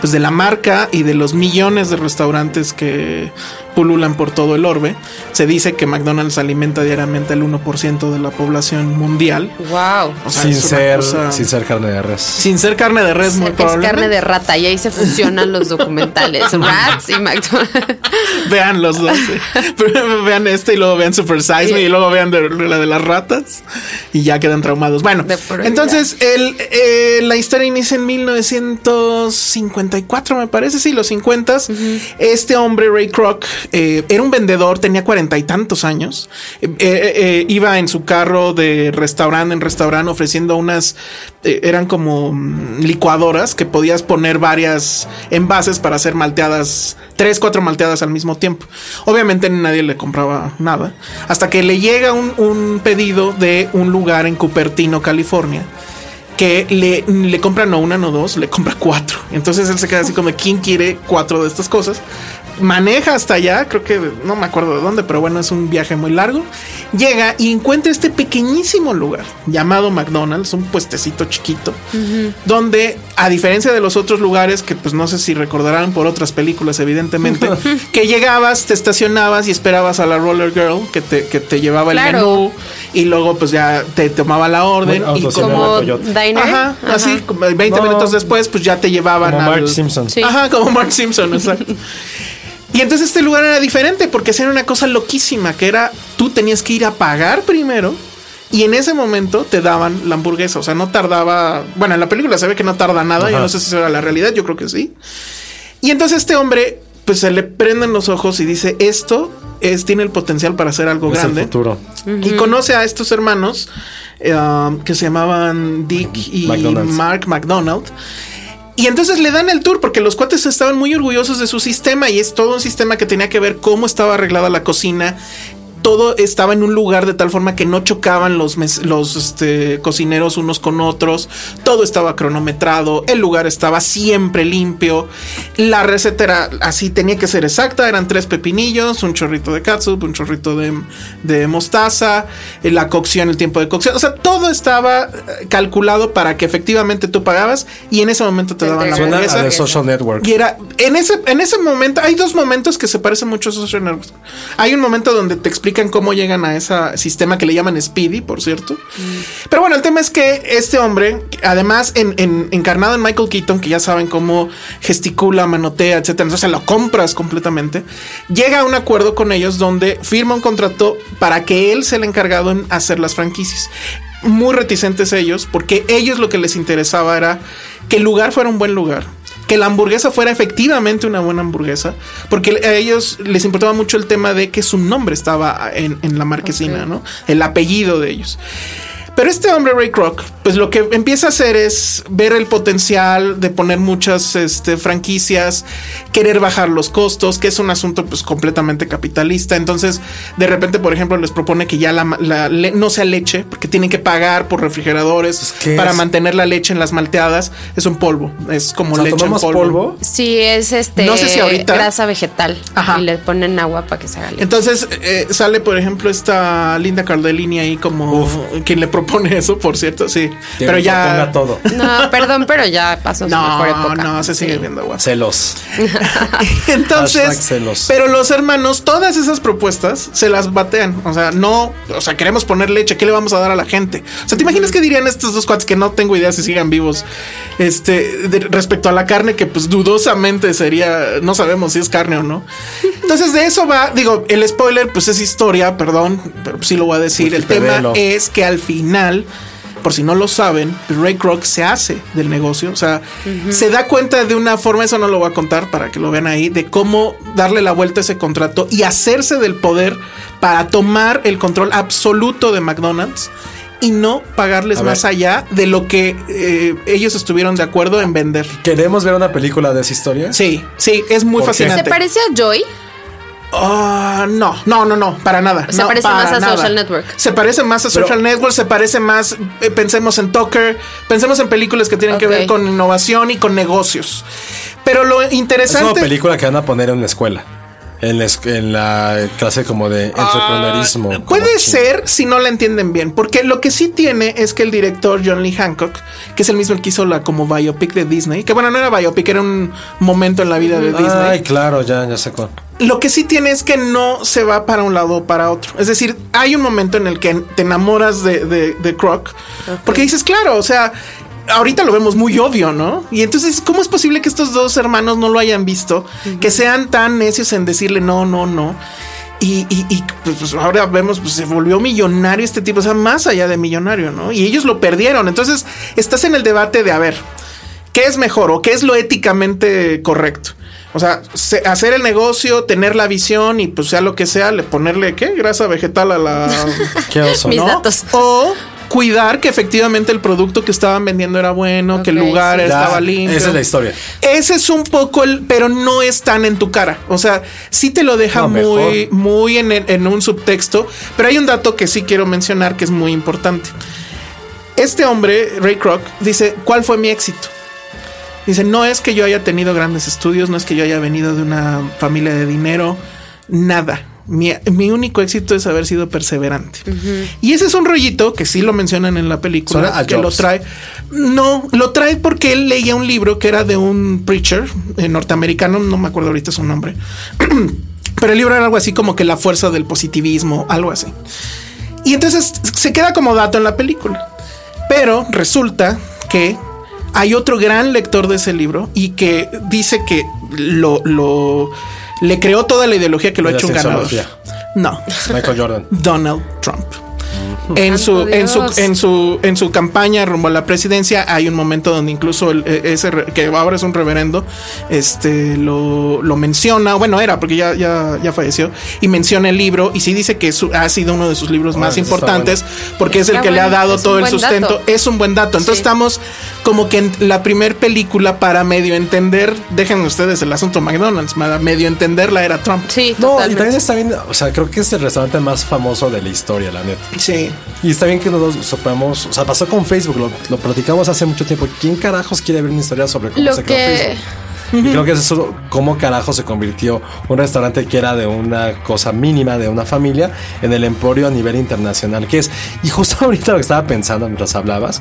[SPEAKER 4] pues, de la marca y de los millones de restaurantes que pululan por todo el orbe. Se dice que McDonald's alimenta diariamente al 1% de la población mundial.
[SPEAKER 5] Wow.
[SPEAKER 4] O sea,
[SPEAKER 3] sin
[SPEAKER 4] es una
[SPEAKER 3] ser,
[SPEAKER 4] cosa-
[SPEAKER 3] sin ser carne de res.
[SPEAKER 4] sin ser carne de res, muy
[SPEAKER 5] Es carne
[SPEAKER 4] probablemente.
[SPEAKER 5] de rata y ahí se fusionan los documentales. Rats y McDonald's.
[SPEAKER 4] Vean los dos. sí. Primero vean este y luego vean Super Size Me y luego vean de- la de las ratas y ya quedan traumados. Bueno,
[SPEAKER 5] De por vida.
[SPEAKER 4] entonces el, eh, la historia inicia en 1954, me parece, sí, los 50. Este hombre, Ray Kroc, eh, era un vendedor, tenía cuarenta y tantos años. Eh, eh, eh, iba en su carro de restaurante en restaurante ofreciendo unas, eh, eran como mm, licuadoras que podías poner varias envases para hacer malteadas, tres, cuatro malteadas al mismo tiempo. Obviamente nadie le compraba nada. Hasta que le llega un, un pedido de un lugar en Cupertino, California. Que le, le compra no una, no dos, le compra cuatro. Entonces él se queda así como, ¿quién quiere cuatro de estas cosas? Maneja hasta allá, creo que no me acuerdo de dónde, pero bueno, es un viaje muy largo. Llega y encuentra este pequeñísimo lugar llamado McDonald's, un puestecito chiquito donde a diferencia de los otros lugares que pues no sé si recordarán por otras películas evidentemente, que llegabas, te estacionabas y esperabas a la Roller Girl que te, que te llevaba el
[SPEAKER 5] Claro.
[SPEAKER 4] menú y luego pues ya te tomaba la orden
[SPEAKER 3] Bueno,
[SPEAKER 4] y
[SPEAKER 3] autos,
[SPEAKER 4] como-
[SPEAKER 3] Como
[SPEAKER 5] Como
[SPEAKER 3] Coyote.
[SPEAKER 5] diner.
[SPEAKER 4] Ajá, así como 20
[SPEAKER 3] No.
[SPEAKER 4] minutos después pues ya te llevaban
[SPEAKER 3] Como Mark
[SPEAKER 4] al-
[SPEAKER 3] Simpson.
[SPEAKER 5] Sí.
[SPEAKER 4] Ajá, como Mark Simpson, exacto. Y entonces este lugar era diferente porque hacían una cosa loquísima que era tú tenías que ir a pagar primero y en ese momento te daban la hamburguesa. O sea, no tardaba. Bueno, en la película se ve que no tarda nada. Yo
[SPEAKER 3] Ajá.
[SPEAKER 4] no sé si eso era la realidad. Yo creo que sí. Y entonces este hombre pues se le prenden los ojos y dice, esto es, tiene el potencial para hacer algo
[SPEAKER 3] Es el
[SPEAKER 4] grande.
[SPEAKER 3] futuro.
[SPEAKER 4] Y conoce a estos hermanos eh, um, que se llamaban Dick y
[SPEAKER 3] McDonald's.
[SPEAKER 4] Mark McDonald. Y entonces le dan el tour porque los cuates estaban muy orgullosos de su sistema y es todo un sistema que tenía que ver cómo estaba arreglada la cocina. Todo estaba en un lugar de tal forma que no chocaban los, mes- los este, cocineros unos con otros. Todo estaba cronometrado. El lugar estaba siempre limpio. La receta era así, tenía que ser exacta. Eran tres pepinillos, un chorrito de catsup, un chorrito de, de mostaza, eh, la cocción, el tiempo de cocción. O sea, todo estaba eh, calculado para que efectivamente tú pagabas y en ese momento te
[SPEAKER 5] Te
[SPEAKER 4] daban la
[SPEAKER 5] entregaban
[SPEAKER 3] Suena
[SPEAKER 5] Esa-
[SPEAKER 3] a
[SPEAKER 4] hamburguesa.
[SPEAKER 3] The Social Network.
[SPEAKER 4] Y era en ese, en ese momento, hay dos momentos que se parecen mucho a Social Network. Hay un momento donde te explican cómo llegan a ese sistema que le llaman Speedy, por cierto. Pero bueno, el tema es que este hombre, además en- en- encarnado en Michael Keaton, que ya saben cómo gesticula, manotea, etcétera, entonces lo compras completamente. Llega a un acuerdo con ellos donde firma un contrato para que él sea el encargado en hacer las franquicias muy reticentes ellos, porque ellos lo que les interesaba era que el lugar fuera un buen lugar, que la hamburguesa fuera efectivamente una buena hamburguesa, porque a ellos les importaba mucho el tema de que su nombre estaba en, en la marquesina,
[SPEAKER 5] Ok.
[SPEAKER 4] ¿no? El apellido de ellos. Pero este hombre, Ray Kroc, pues lo que empieza a hacer es ver el potencial de poner muchas este, franquicias, querer bajar los costos, que es un asunto pues completamente capitalista. Entonces, de repente, por ejemplo, les propone que ya la, ma- la le- no sea leche, porque tienen que pagar por refrigeradores
[SPEAKER 3] Pues, ¿qué
[SPEAKER 4] para
[SPEAKER 3] es?
[SPEAKER 4] mantener la leche en las malteadas. Es un polvo, es como
[SPEAKER 3] O sea,
[SPEAKER 4] leche en
[SPEAKER 3] tomamos
[SPEAKER 4] polvo.
[SPEAKER 3] polvo.
[SPEAKER 5] Sí, es este.
[SPEAKER 4] No sé si ahorita-
[SPEAKER 5] Grasa vegetal.
[SPEAKER 4] Ajá.
[SPEAKER 5] Y le ponen agua para que se haga leche.
[SPEAKER 4] Entonces eh, sale, por ejemplo, esta Linda Cardellini ahí como quien le propone eso, por cierto, sí.
[SPEAKER 3] Que
[SPEAKER 4] Pero
[SPEAKER 3] me
[SPEAKER 4] ya...
[SPEAKER 3] proponga todo.
[SPEAKER 5] No, perdón, pero ya pasó su mejor
[SPEAKER 4] No,
[SPEAKER 5] época.
[SPEAKER 4] no, se sigue
[SPEAKER 5] Sí.
[SPEAKER 4] viendo guapo.
[SPEAKER 3] Celos. Hashtag
[SPEAKER 4] Entonces,
[SPEAKER 3] celos.
[SPEAKER 4] pero los hermanos, todas esas propuestas se las batean. O sea, no, o sea, queremos poner leche, ¿qué le vamos a dar a la gente? O sea, ¿te imaginas qué dirían estos dos cuates que no tengo idea si sigan vivos? Este, de- respecto a la carne, que pues dudosamente sería, no sabemos si es carne o no. Entonces, de eso va, digo, el spoiler, pues es historia, perdón, pero sí lo voy a decir. El tema
[SPEAKER 3] Multipedelo.
[SPEAKER 4] es que al final. Por si no lo saben, Ray Kroc se hace del negocio, o sea, se da cuenta de una forma, eso no lo voy a contar para que lo vean ahí, de cómo darle la vuelta a ese contrato y hacerse del poder para tomar el control absoluto de McDonald's y no pagarles
[SPEAKER 3] A ver.
[SPEAKER 4] más allá de lo que eh, ellos estuvieron de acuerdo en vender.
[SPEAKER 3] ¿Queremos ver una película de esa historia?
[SPEAKER 4] Sí, sí, es muy
[SPEAKER 3] ¿Por qué?
[SPEAKER 5] ¿Se
[SPEAKER 4] fascinante.
[SPEAKER 5] parece a Joy?
[SPEAKER 4] Ah, no, no, no, no, para nada.
[SPEAKER 5] Se
[SPEAKER 4] no,
[SPEAKER 5] parece
[SPEAKER 4] para
[SPEAKER 5] más a Social Network.
[SPEAKER 4] Se parece más a
[SPEAKER 3] Pero-
[SPEAKER 4] Social Network, se parece más, eh, pensemos en Tucker, pensemos en películas que tienen
[SPEAKER 5] Ok.
[SPEAKER 4] que ver con innovación y con negocios. Pero lo
[SPEAKER 3] Es una
[SPEAKER 4] interesante...
[SPEAKER 3] película que van a poner en la escuela. En la, es- en la clase como de entrepreneurismo. como
[SPEAKER 4] Ah, Puede
[SPEAKER 3] ching-
[SPEAKER 4] ser si no la entienden bien, porque lo que sí tiene es que el director John Lee Hancock, que es el mismo el que hizo la como biopic de Disney, que bueno, no era biopic, era un momento en la vida de Disney.
[SPEAKER 3] Ay, claro, ya, ya sé cuál.
[SPEAKER 4] Lo que sí tiene es que no se va para un lado o para otro. Es decir, hay un momento en el que te enamoras de, de, de Croc. Porque dices, claro, o sea, ahorita lo vemos muy obvio, ¿no? Y entonces, ¿cómo es posible que estos dos hermanos no lo hayan visto? Que sean tan necios en decirle no, no, no. Y, y- y, pues, pues, ahora vemos, pues se volvió millonario este tipo, o sea, más allá de millonario, ¿no? Y ellos lo perdieron. Entonces, estás en el debate de, a ver, ¿Qué es mejor o qué es lo éticamente correcto? O sea, se- hacer el negocio, tener la visión y pues sea lo que sea, le ponerle qué grasa vegetal a la
[SPEAKER 3] Qué oso.
[SPEAKER 5] Mis
[SPEAKER 3] ¿no?
[SPEAKER 5] datos.
[SPEAKER 4] o cuidar que efectivamente el producto que estaban vendiendo era bueno, que el
[SPEAKER 5] Ok,
[SPEAKER 4] lugar
[SPEAKER 5] sí.
[SPEAKER 3] Ya,
[SPEAKER 4] estaba limpio.
[SPEAKER 3] Esa es la historia.
[SPEAKER 4] Ese es un poco el, pero no es tan en tu cara. O sea, sí te lo deja
[SPEAKER 3] No,
[SPEAKER 4] muy,
[SPEAKER 3] mejor.
[SPEAKER 4] muy en, el- en un subtexto, pero hay un dato que sí quiero mencionar que es muy importante. Este hombre, Ray Kroc, dice: ¿Cuál fue mi éxito? Dice: No es que yo haya tenido grandes estudios, no es que yo haya venido de una familia de dinero, nada. Mi, mi único éxito es haber sido perseverante. Y ese es un rollito que sí lo mencionan en la película,
[SPEAKER 3] Suena a
[SPEAKER 4] que lo
[SPEAKER 3] Jobs.
[SPEAKER 4] trae trae- No, lo trae porque él leía un libro que era de un preacher eh, norteamericano, no me acuerdo ahorita su nombre. Pero el libro era algo así como que la fuerza del positivismo, algo así. Y entonces se queda como dato en la película. Pero resulta que hay otro gran lector de ese libro y que dice que lo, lo le creó toda la ideología que lo ha
[SPEAKER 3] La
[SPEAKER 4] hecho un ganador.
[SPEAKER 3] sexología.
[SPEAKER 4] No.
[SPEAKER 3] Michael Jordan.
[SPEAKER 4] Donald Trump. En su,
[SPEAKER 5] Santo
[SPEAKER 4] en su,
[SPEAKER 5] Dios.
[SPEAKER 4] en su, en su campaña rumbo a la presidencia hay un momento donde incluso el- e- ese re- que ahora es un reverendo, este lo, lo menciona, bueno era porque ya, ya, ya falleció, y menciona el libro, y sí dice que su- ha sido uno de sus libros más
[SPEAKER 3] eso está
[SPEAKER 4] importantes, porque es el
[SPEAKER 5] Está
[SPEAKER 4] que le ha
[SPEAKER 5] bueno,
[SPEAKER 4] dado
[SPEAKER 5] es un
[SPEAKER 4] todo el
[SPEAKER 5] buen
[SPEAKER 4] sustento.
[SPEAKER 5] dato.
[SPEAKER 4] Es un buen dato. Entonces
[SPEAKER 5] Sí.
[SPEAKER 4] estamos como que en la primer película para medio entender, dejen ustedes el asunto McDonald's, para medio entenderla era Trump.
[SPEAKER 5] Sí,
[SPEAKER 3] No, y
[SPEAKER 5] totalmente.
[SPEAKER 3] también está bien, o sea, creo que es el restaurante más famoso de la historia, la neta.
[SPEAKER 4] Sí.
[SPEAKER 3] Y está bien que los dos sepamos, o sea, pasó con Facebook, lo, lo platicamos hace mucho tiempo. ¿Quién carajos quiere ver una historia sobre cómo
[SPEAKER 5] Lo
[SPEAKER 3] se creó
[SPEAKER 5] que-
[SPEAKER 3] Facebook? Y creo que es eso, cómo carajo se convirtió un restaurante que era de una cosa mínima, de una familia, en el emporio a nivel internacional que es. Y justo ahorita lo que estaba pensando mientras hablabas,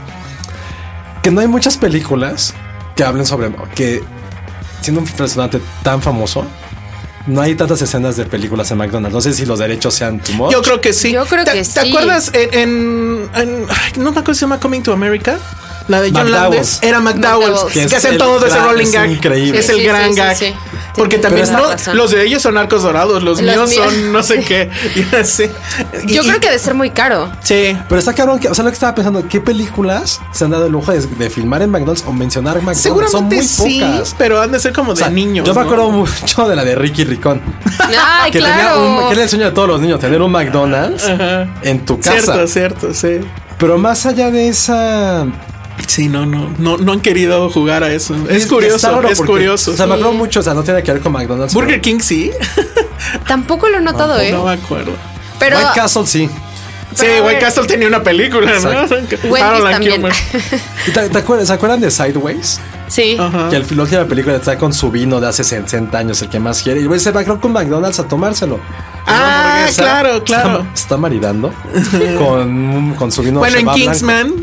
[SPEAKER 3] que no hay muchas películas que hablen sobre que siendo un restaurante tan famoso, no hay tantas escenas de películas en McDonald's. No sé si los derechos sean tu
[SPEAKER 4] Yo creo que sí.
[SPEAKER 5] Yo creo
[SPEAKER 4] ¿Te,
[SPEAKER 5] que
[SPEAKER 4] ¿Te
[SPEAKER 5] sí.
[SPEAKER 4] acuerdas en, en- en- ay, no me acuerdo si se llama Coming to America? La de John
[SPEAKER 3] McDowell's.
[SPEAKER 4] Landis era McDowell's,
[SPEAKER 5] McDowell's.
[SPEAKER 4] que,
[SPEAKER 3] Que es
[SPEAKER 4] hacen
[SPEAKER 3] el
[SPEAKER 4] todo ese
[SPEAKER 3] gran-
[SPEAKER 4] rolling
[SPEAKER 3] es
[SPEAKER 4] gag.
[SPEAKER 3] increíble.
[SPEAKER 4] Es el
[SPEAKER 5] Sí, sí,
[SPEAKER 4] gran
[SPEAKER 5] sí,
[SPEAKER 4] gag.
[SPEAKER 5] sí.
[SPEAKER 4] Porque
[SPEAKER 5] Tienes
[SPEAKER 4] también
[SPEAKER 5] toda la
[SPEAKER 4] no-
[SPEAKER 5] razón.
[SPEAKER 4] los de ellos son arcos dorados, los,
[SPEAKER 5] Los
[SPEAKER 4] míos
[SPEAKER 5] míos-
[SPEAKER 4] son no sé qué. Y así. Y-
[SPEAKER 5] Yo
[SPEAKER 4] y-
[SPEAKER 5] creo que de ser muy caro.
[SPEAKER 4] sí.
[SPEAKER 3] Pero está cabrón, que, o sea, lo que estaba pensando, ¿qué películas se han dado el lujo de, de filmar en McDonald's o mencionar McDonald's? Son
[SPEAKER 4] Seguramente
[SPEAKER 3] muy
[SPEAKER 4] sí,
[SPEAKER 3] pocas.
[SPEAKER 4] pero han de ser como
[SPEAKER 3] O
[SPEAKER 4] de
[SPEAKER 3] sea,
[SPEAKER 4] niños.
[SPEAKER 3] yo me
[SPEAKER 4] ¿no?
[SPEAKER 3] acuerdo mucho de la de Ricky Ricón.
[SPEAKER 5] Ay,
[SPEAKER 3] que, tenía un-
[SPEAKER 5] claro.
[SPEAKER 3] que era el sueño de todos los niños, tener un McDonald's
[SPEAKER 4] Ajá.
[SPEAKER 3] en tu casa.
[SPEAKER 4] Cierto, cierto, sí.
[SPEAKER 3] Pero más allá de esa.
[SPEAKER 4] Sí, no, no, no, no han querido jugar a eso. Es,
[SPEAKER 3] está
[SPEAKER 4] curioso,
[SPEAKER 3] raro
[SPEAKER 4] es
[SPEAKER 3] porque,
[SPEAKER 4] curioso.
[SPEAKER 3] O sea, me acuerdo mucho, o sea, no tiene que ver con McDonald's.
[SPEAKER 4] Burger
[SPEAKER 3] pero-
[SPEAKER 4] King sí,
[SPEAKER 5] Tampoco lo he notado, ¿eh?
[SPEAKER 4] no me acuerdo.
[SPEAKER 5] Pero
[SPEAKER 3] White Castle sí. Ah,
[SPEAKER 4] Sí,
[SPEAKER 5] Pero a
[SPEAKER 4] White
[SPEAKER 5] ver.
[SPEAKER 4] Castle tenía una película, ¿no?
[SPEAKER 5] Wendy's
[SPEAKER 4] Harold and
[SPEAKER 5] también.
[SPEAKER 4] Kumar.
[SPEAKER 3] ¿Y ¿Te, te acuerdas, ¿Se acuerdan de Sideways?
[SPEAKER 5] sí.
[SPEAKER 4] Ajá.
[SPEAKER 3] Que al final de la película está con su vino de hace 60 años, el que más quiere. Y se va creo con McDonald's a tomárselo. Y luego
[SPEAKER 4] Ah,
[SPEAKER 3] regresa,
[SPEAKER 4] claro, claro.
[SPEAKER 3] Está, está maridando con, con su vino.
[SPEAKER 4] bueno, en
[SPEAKER 3] Cheva blanco.
[SPEAKER 4] Kingsman,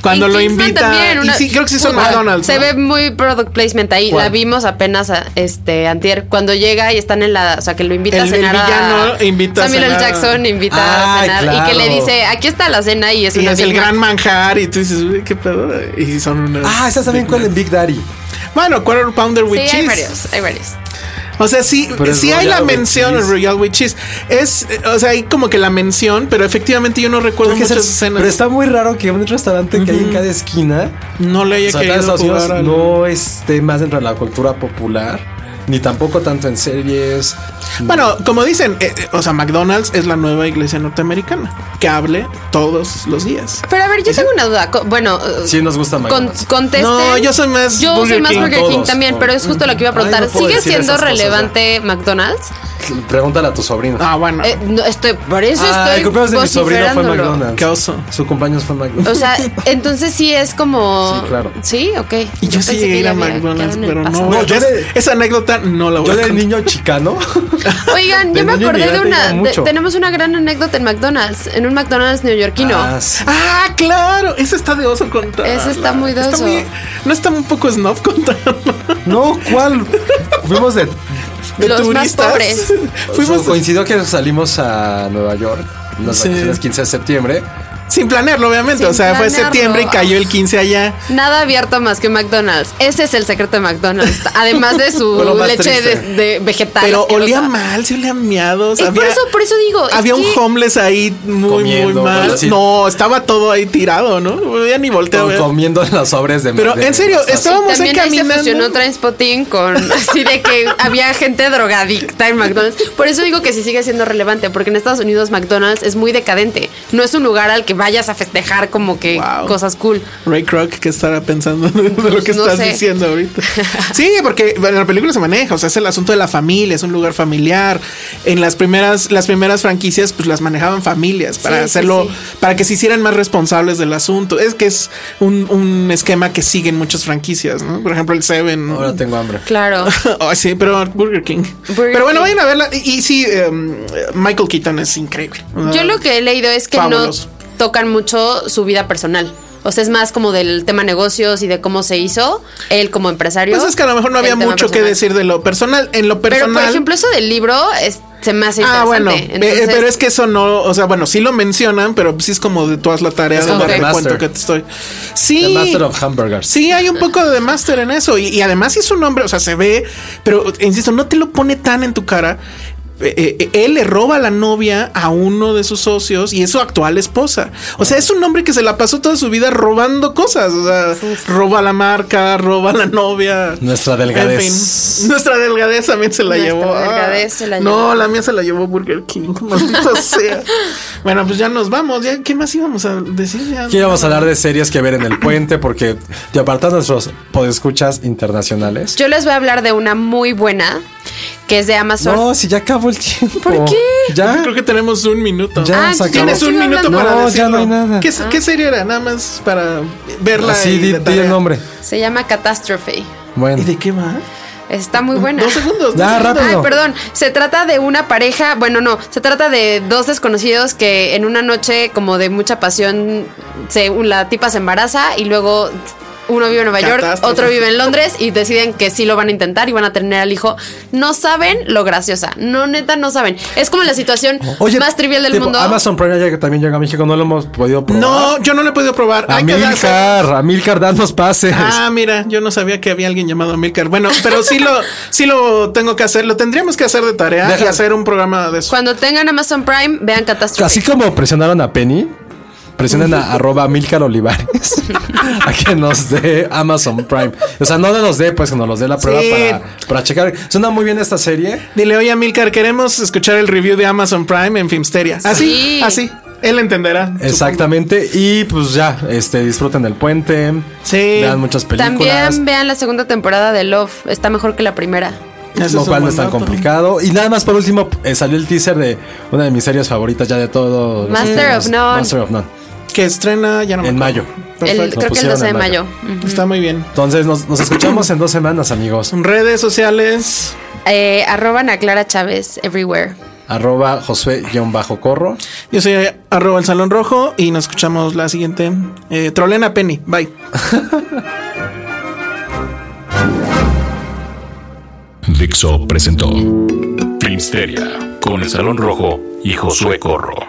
[SPEAKER 4] cuando
[SPEAKER 5] En
[SPEAKER 4] lo
[SPEAKER 5] Kingsman
[SPEAKER 4] invita.
[SPEAKER 5] también, una-
[SPEAKER 4] y sí, creo que sí son
[SPEAKER 5] Puta,
[SPEAKER 4] McDonald's.
[SPEAKER 5] Se
[SPEAKER 4] ¿no?
[SPEAKER 5] ve muy product placement ahí.
[SPEAKER 3] ¿Cuál?
[SPEAKER 5] La vimos apenas a- este antier. Cuando llega y están en la. O sea que lo invita
[SPEAKER 4] El-
[SPEAKER 5] a
[SPEAKER 4] el
[SPEAKER 5] cenar.
[SPEAKER 4] villano
[SPEAKER 5] a,
[SPEAKER 4] invita a
[SPEAKER 5] Samuel L.
[SPEAKER 4] cenar a-
[SPEAKER 5] Jackson invita
[SPEAKER 3] Ah,
[SPEAKER 5] a cenar. Y que
[SPEAKER 3] claro.
[SPEAKER 5] le dice, aquí está la cena y es
[SPEAKER 4] Y
[SPEAKER 5] una
[SPEAKER 4] es el
[SPEAKER 5] Big Mac.
[SPEAKER 4] gran manjar y tú dices, "Uy, qué pedo. Y son unas.
[SPEAKER 3] Ah, esa también cuál en Big Daddy.
[SPEAKER 4] Bueno, Quarter Pounder with
[SPEAKER 5] Sí, hay
[SPEAKER 4] Cheese.
[SPEAKER 5] varios, hay varios.
[SPEAKER 4] O sea, sí,
[SPEAKER 3] Pero es
[SPEAKER 4] sí hay la
[SPEAKER 3] Royal with
[SPEAKER 4] mención
[SPEAKER 3] Cheese.
[SPEAKER 4] Royal with Cheese. Es, eh, o sea, hay como que la mención, pero efectivamente yo no recuerdo
[SPEAKER 3] Creo que
[SPEAKER 4] muchas
[SPEAKER 3] es el-
[SPEAKER 4] escenas.
[SPEAKER 3] Pero está muy raro que un restaurante que hay en cada esquina,
[SPEAKER 4] no le
[SPEAKER 3] o
[SPEAKER 4] haya
[SPEAKER 3] sea, acá en
[SPEAKER 4] querido
[SPEAKER 3] Estados Unidos,
[SPEAKER 4] jugar al-
[SPEAKER 3] no esté más dentro de la cultura popular, ni tampoco tanto en series.
[SPEAKER 4] Bueno, como dicen, eh, eh, o sea, McDonald's es la nueva iglesia norteamericana que hable todos los días.
[SPEAKER 5] Pero a ver, yo tengo una duda. Co- Bueno, eh,
[SPEAKER 3] Sí, nos gusta
[SPEAKER 5] con,
[SPEAKER 3] McDonald's.
[SPEAKER 5] contesten.
[SPEAKER 4] No, yo soy más
[SPEAKER 5] Yo
[SPEAKER 4] Burger
[SPEAKER 5] soy más
[SPEAKER 4] King.
[SPEAKER 5] Burger King
[SPEAKER 3] Todos,
[SPEAKER 5] también,
[SPEAKER 3] todos.
[SPEAKER 5] pero es justo lo que iba a preguntar.
[SPEAKER 3] Ay, no puedo
[SPEAKER 5] ¿Sigue
[SPEAKER 3] decir
[SPEAKER 5] siendo
[SPEAKER 3] esas cosas, ¿eh?
[SPEAKER 5] relevante McDonald's?
[SPEAKER 3] Pregúntale a tu sobrino.
[SPEAKER 4] Ah, bueno.
[SPEAKER 5] Eh, no, estoy, por eso
[SPEAKER 3] Ah,
[SPEAKER 5] estoy
[SPEAKER 3] el cumpleaños de mi sobrino fue en
[SPEAKER 5] vociferándolo.
[SPEAKER 3] McDonald's.
[SPEAKER 4] Qué oso.
[SPEAKER 3] Su cumpleaños fue en
[SPEAKER 5] O
[SPEAKER 3] McDonald's.
[SPEAKER 5] sea, entonces sí es como.
[SPEAKER 3] Sí, claro.
[SPEAKER 5] Sí, ok.
[SPEAKER 4] Y yo sí
[SPEAKER 5] pensé
[SPEAKER 4] llegué a
[SPEAKER 5] que
[SPEAKER 4] ir a
[SPEAKER 5] ya había
[SPEAKER 4] McDonald's,
[SPEAKER 5] quedado en el
[SPEAKER 4] pero no.
[SPEAKER 5] pasado.
[SPEAKER 4] voy a-
[SPEAKER 3] No, yo
[SPEAKER 4] es-
[SPEAKER 3] de-
[SPEAKER 4] esa anécdota no la voy
[SPEAKER 3] Yo
[SPEAKER 4] a
[SPEAKER 3] del
[SPEAKER 4] contar.
[SPEAKER 3] niño chicano.
[SPEAKER 5] Oigan,
[SPEAKER 3] De
[SPEAKER 5] yo me
[SPEAKER 3] niño
[SPEAKER 5] acordé de
[SPEAKER 3] inmigrante
[SPEAKER 5] una.
[SPEAKER 3] iba
[SPEAKER 5] de-
[SPEAKER 3] mucho.
[SPEAKER 5] tenemos una gran anécdota en McDonald's, en un McDonald's neoyorquino.
[SPEAKER 3] Ah, sí.
[SPEAKER 4] Ah, claro. Esa está de oso contar.
[SPEAKER 5] Esa está muy de oso.
[SPEAKER 4] no está un poco snob contar.
[SPEAKER 3] No, ¿cuál? Fuimos de.
[SPEAKER 4] De
[SPEAKER 5] Los más
[SPEAKER 4] turistas.
[SPEAKER 5] pobres.
[SPEAKER 4] Fuimos
[SPEAKER 3] coincidió que salimos a Nueva York. Las
[SPEAKER 4] Sí.
[SPEAKER 3] vacaciones 15 de septiembre.
[SPEAKER 4] sin planearlo, obviamente.
[SPEAKER 5] Sin
[SPEAKER 4] o sea, fue
[SPEAKER 5] planearlo.
[SPEAKER 4] septiembre y cayó el 15 allá.
[SPEAKER 5] Nada abierto más que McDonald's. Ese es el secreto de McDonald's. Además de
[SPEAKER 3] Fue lo
[SPEAKER 5] su
[SPEAKER 3] más
[SPEAKER 5] leche de,
[SPEAKER 3] triste.
[SPEAKER 5] de vegetal.
[SPEAKER 4] Pero
[SPEAKER 5] asquerosa.
[SPEAKER 4] olía mal, sí olía miados.
[SPEAKER 5] Es por eso, por eso digo. es
[SPEAKER 4] Había un
[SPEAKER 5] que-
[SPEAKER 4] homeless ahí muy,
[SPEAKER 3] Comiendo,
[SPEAKER 4] muy mal.
[SPEAKER 3] bueno, sí.
[SPEAKER 4] No, estaba todo ahí tirado, ¿no? No Había ni volteado.
[SPEAKER 3] Con- comiendo las sobres de
[SPEAKER 4] Pero
[SPEAKER 3] de-
[SPEAKER 4] en serio,
[SPEAKER 3] de-
[SPEAKER 4] estábamos ahí
[SPEAKER 5] También ahí se
[SPEAKER 4] caminando.
[SPEAKER 5] fusionó Trainspotting con así de que había gente drogadicta en McDonald's. Por eso digo que sí sigue siendo relevante, porque en Estados Unidos McDonald's es muy decadente. No es un lugar al que vayas a festejar como que
[SPEAKER 4] Wow.
[SPEAKER 5] cosas cool.
[SPEAKER 4] Ray Kroc, que estará pensando de lo que
[SPEAKER 5] No
[SPEAKER 4] estás
[SPEAKER 5] sé.
[SPEAKER 4] diciendo ahorita? Sí, porque en la película se maneja, o sea, es el asunto de la familia, es un lugar familiar. En las primeras, las primeras franquicias, pues las manejaban familias para
[SPEAKER 5] Sí, sí,
[SPEAKER 4] hacerlo,
[SPEAKER 5] sí.
[SPEAKER 4] para que se hicieran más responsables del asunto. Es que es un, un esquema que siguen muchas franquicias, ¿no? Por ejemplo, el Seven. ¿no?
[SPEAKER 3] Ahora tengo hambre.
[SPEAKER 5] Claro.
[SPEAKER 4] Ay, sí, pero Burger King.
[SPEAKER 5] Burger
[SPEAKER 4] pero bueno,
[SPEAKER 5] King.
[SPEAKER 4] vayan a verla. Y, y sí, em, Michael Keaton es increíble.
[SPEAKER 5] Yo lo que he leído es que
[SPEAKER 4] Fabuloso.
[SPEAKER 5] no tocan mucho su vida personal. O sea, es más como del tema negocios y de cómo se hizo él como empresario.
[SPEAKER 4] Pues es que a lo mejor no
[SPEAKER 5] el
[SPEAKER 4] había
[SPEAKER 5] tema
[SPEAKER 4] mucho que
[SPEAKER 5] personal.
[SPEAKER 4] decir de lo personal. En lo personal.
[SPEAKER 5] Pero por ejemplo, eso del libro es- se me hace
[SPEAKER 4] Ah,
[SPEAKER 5] interesante.
[SPEAKER 4] bueno, pe-
[SPEAKER 5] Entonces-
[SPEAKER 4] pero es que eso no, o sea, bueno, sí lo mencionan, pero sí es como de todas la tarea
[SPEAKER 3] Es
[SPEAKER 4] de
[SPEAKER 3] como
[SPEAKER 4] darte
[SPEAKER 3] The
[SPEAKER 4] cuenta
[SPEAKER 3] Master.
[SPEAKER 4] que te estoy.
[SPEAKER 3] The
[SPEAKER 4] Sí.
[SPEAKER 3] Master of Hamburgers.
[SPEAKER 4] Sí, hay un poco de máster en eso. Y, y además sí es un hombre, o sea, se ve, pero insisto, no te lo pone tan en tu cara. eh, eh, él le roba la novia a uno de sus socios y es su actual esposa. O sea, es un hombre que se la pasó toda su vida robando cosas. O sea, roba la marca, roba la novia.
[SPEAKER 3] Nuestra delgadez.
[SPEAKER 4] En fin, nuestra delgadez también se la
[SPEAKER 5] Nuestra
[SPEAKER 4] llevó. Ah,
[SPEAKER 5] delgadez se la
[SPEAKER 4] No,
[SPEAKER 5] llevó.
[SPEAKER 4] la mía se la llevó Burger King. Maldito sea. Bueno, pues ya nos vamos. ¿Ya? ¿Qué más íbamos a decir? Ya,
[SPEAKER 3] Aquí vamos a hablar de series que ver en el puente, porque y apartando nuestros podescuchas internacionales.
[SPEAKER 5] Yo les voy a hablar de una muy buena que es de Amazon. Ah,
[SPEAKER 3] No, si ya acabó el tiempo.
[SPEAKER 5] ¿Por qué?
[SPEAKER 3] Ya.
[SPEAKER 4] Creo que tenemos un minuto.
[SPEAKER 3] Ya
[SPEAKER 5] Ah,
[SPEAKER 3] se acabó.
[SPEAKER 4] Tienes un
[SPEAKER 5] Sigo
[SPEAKER 4] minuto
[SPEAKER 5] hablando.
[SPEAKER 4] para
[SPEAKER 3] No, ya
[SPEAKER 4] decirlo.
[SPEAKER 3] no hay nada. Ah.
[SPEAKER 4] ¿Qué, qué serie era? Nada más para verla.
[SPEAKER 3] Así,
[SPEAKER 4] y
[SPEAKER 3] di,
[SPEAKER 4] de
[SPEAKER 3] di
[SPEAKER 4] tarea.
[SPEAKER 3] el nombre.
[SPEAKER 5] Se llama Catástrofe.
[SPEAKER 4] ¿Y
[SPEAKER 3] Bueno.
[SPEAKER 4] de qué va?
[SPEAKER 5] Está
[SPEAKER 3] Mm,
[SPEAKER 5] muy buena.
[SPEAKER 4] Dos segundos.
[SPEAKER 3] Ya,
[SPEAKER 4] dos segundos.
[SPEAKER 3] rápido.
[SPEAKER 5] Ay, perdón. Se trata de una pareja, bueno, no, se trata de dos desconocidos que en una noche como de mucha pasión, se, la tipa se embaraza y luego uno vive en Nueva York,
[SPEAKER 4] Catástrofe.
[SPEAKER 5] otro vive en Londres y deciden que sí lo van a intentar y van a tener al hijo. No saben lo graciosa. No, neta, no saben. Es como la situación más trivial del
[SPEAKER 3] tipo,
[SPEAKER 5] mundo.
[SPEAKER 3] Amazon Prime ya que también llega a México, no lo hemos podido probar.
[SPEAKER 4] No, yo no lo he podido probar. Hay que darse-
[SPEAKER 3] Amilcar, Amilcar, danos pases.
[SPEAKER 4] Ah, mira, yo no sabía que había alguien llamado Amilcar. Bueno, pero sí lo, sí lo tengo que hacer. Lo tendríamos que hacer de tarea y
[SPEAKER 3] Deja-
[SPEAKER 4] hacer un programa de eso.
[SPEAKER 5] Cuando tengan Amazon Prime, vean Catástrofe.
[SPEAKER 3] Así como presionaron a Penny, presionen a arroba Milcar Olivares a que nos dé Amazon Prime. O sea, no nos dé, pues que nos los dé la prueba
[SPEAKER 4] Sí.
[SPEAKER 3] para, para checar. Suena muy bien esta serie.
[SPEAKER 4] Dile, oye, Amilcar, queremos escuchar el review de Amazon Prime en Filmsteria. Así,
[SPEAKER 5] Sí.
[SPEAKER 4] así. Él entenderá. supongo.
[SPEAKER 3] Exactamente. Y pues ya, este, disfruten el puente.
[SPEAKER 4] Sí.
[SPEAKER 3] Vean muchas películas.
[SPEAKER 5] También vean la segunda temporada de Love. Está mejor que la primera.
[SPEAKER 4] Ese es
[SPEAKER 3] lo
[SPEAKER 4] un
[SPEAKER 3] cual no
[SPEAKER 4] buen
[SPEAKER 3] es tan
[SPEAKER 4] dato.
[SPEAKER 3] complicado. Y nada más por último, eh, salió el teaser de una de mis series favoritas ya de todo.
[SPEAKER 5] Master of None.
[SPEAKER 3] Master of None.
[SPEAKER 4] Que estrena ya no me
[SPEAKER 3] En
[SPEAKER 4] acuerdo.
[SPEAKER 3] mayo.
[SPEAKER 5] El-
[SPEAKER 4] Perfecto.
[SPEAKER 5] creo que el
[SPEAKER 3] pusieron
[SPEAKER 5] 12 de
[SPEAKER 3] en mayo.
[SPEAKER 5] mayo.
[SPEAKER 4] Está muy bien.
[SPEAKER 3] Entonces nos, nos escuchamos en dos semanas, amigos.
[SPEAKER 4] Redes sociales.
[SPEAKER 5] Eh, arroban a Clara Chávez everywhere.
[SPEAKER 3] Arroba Josué-Corro.
[SPEAKER 4] Yo soy arroba el salón rojo y nos escuchamos la siguiente. Eh, trolena Penny. Bye.
[SPEAKER 2] Dixo presentó Filmsteria con el Salón Rojo y Josué Corro.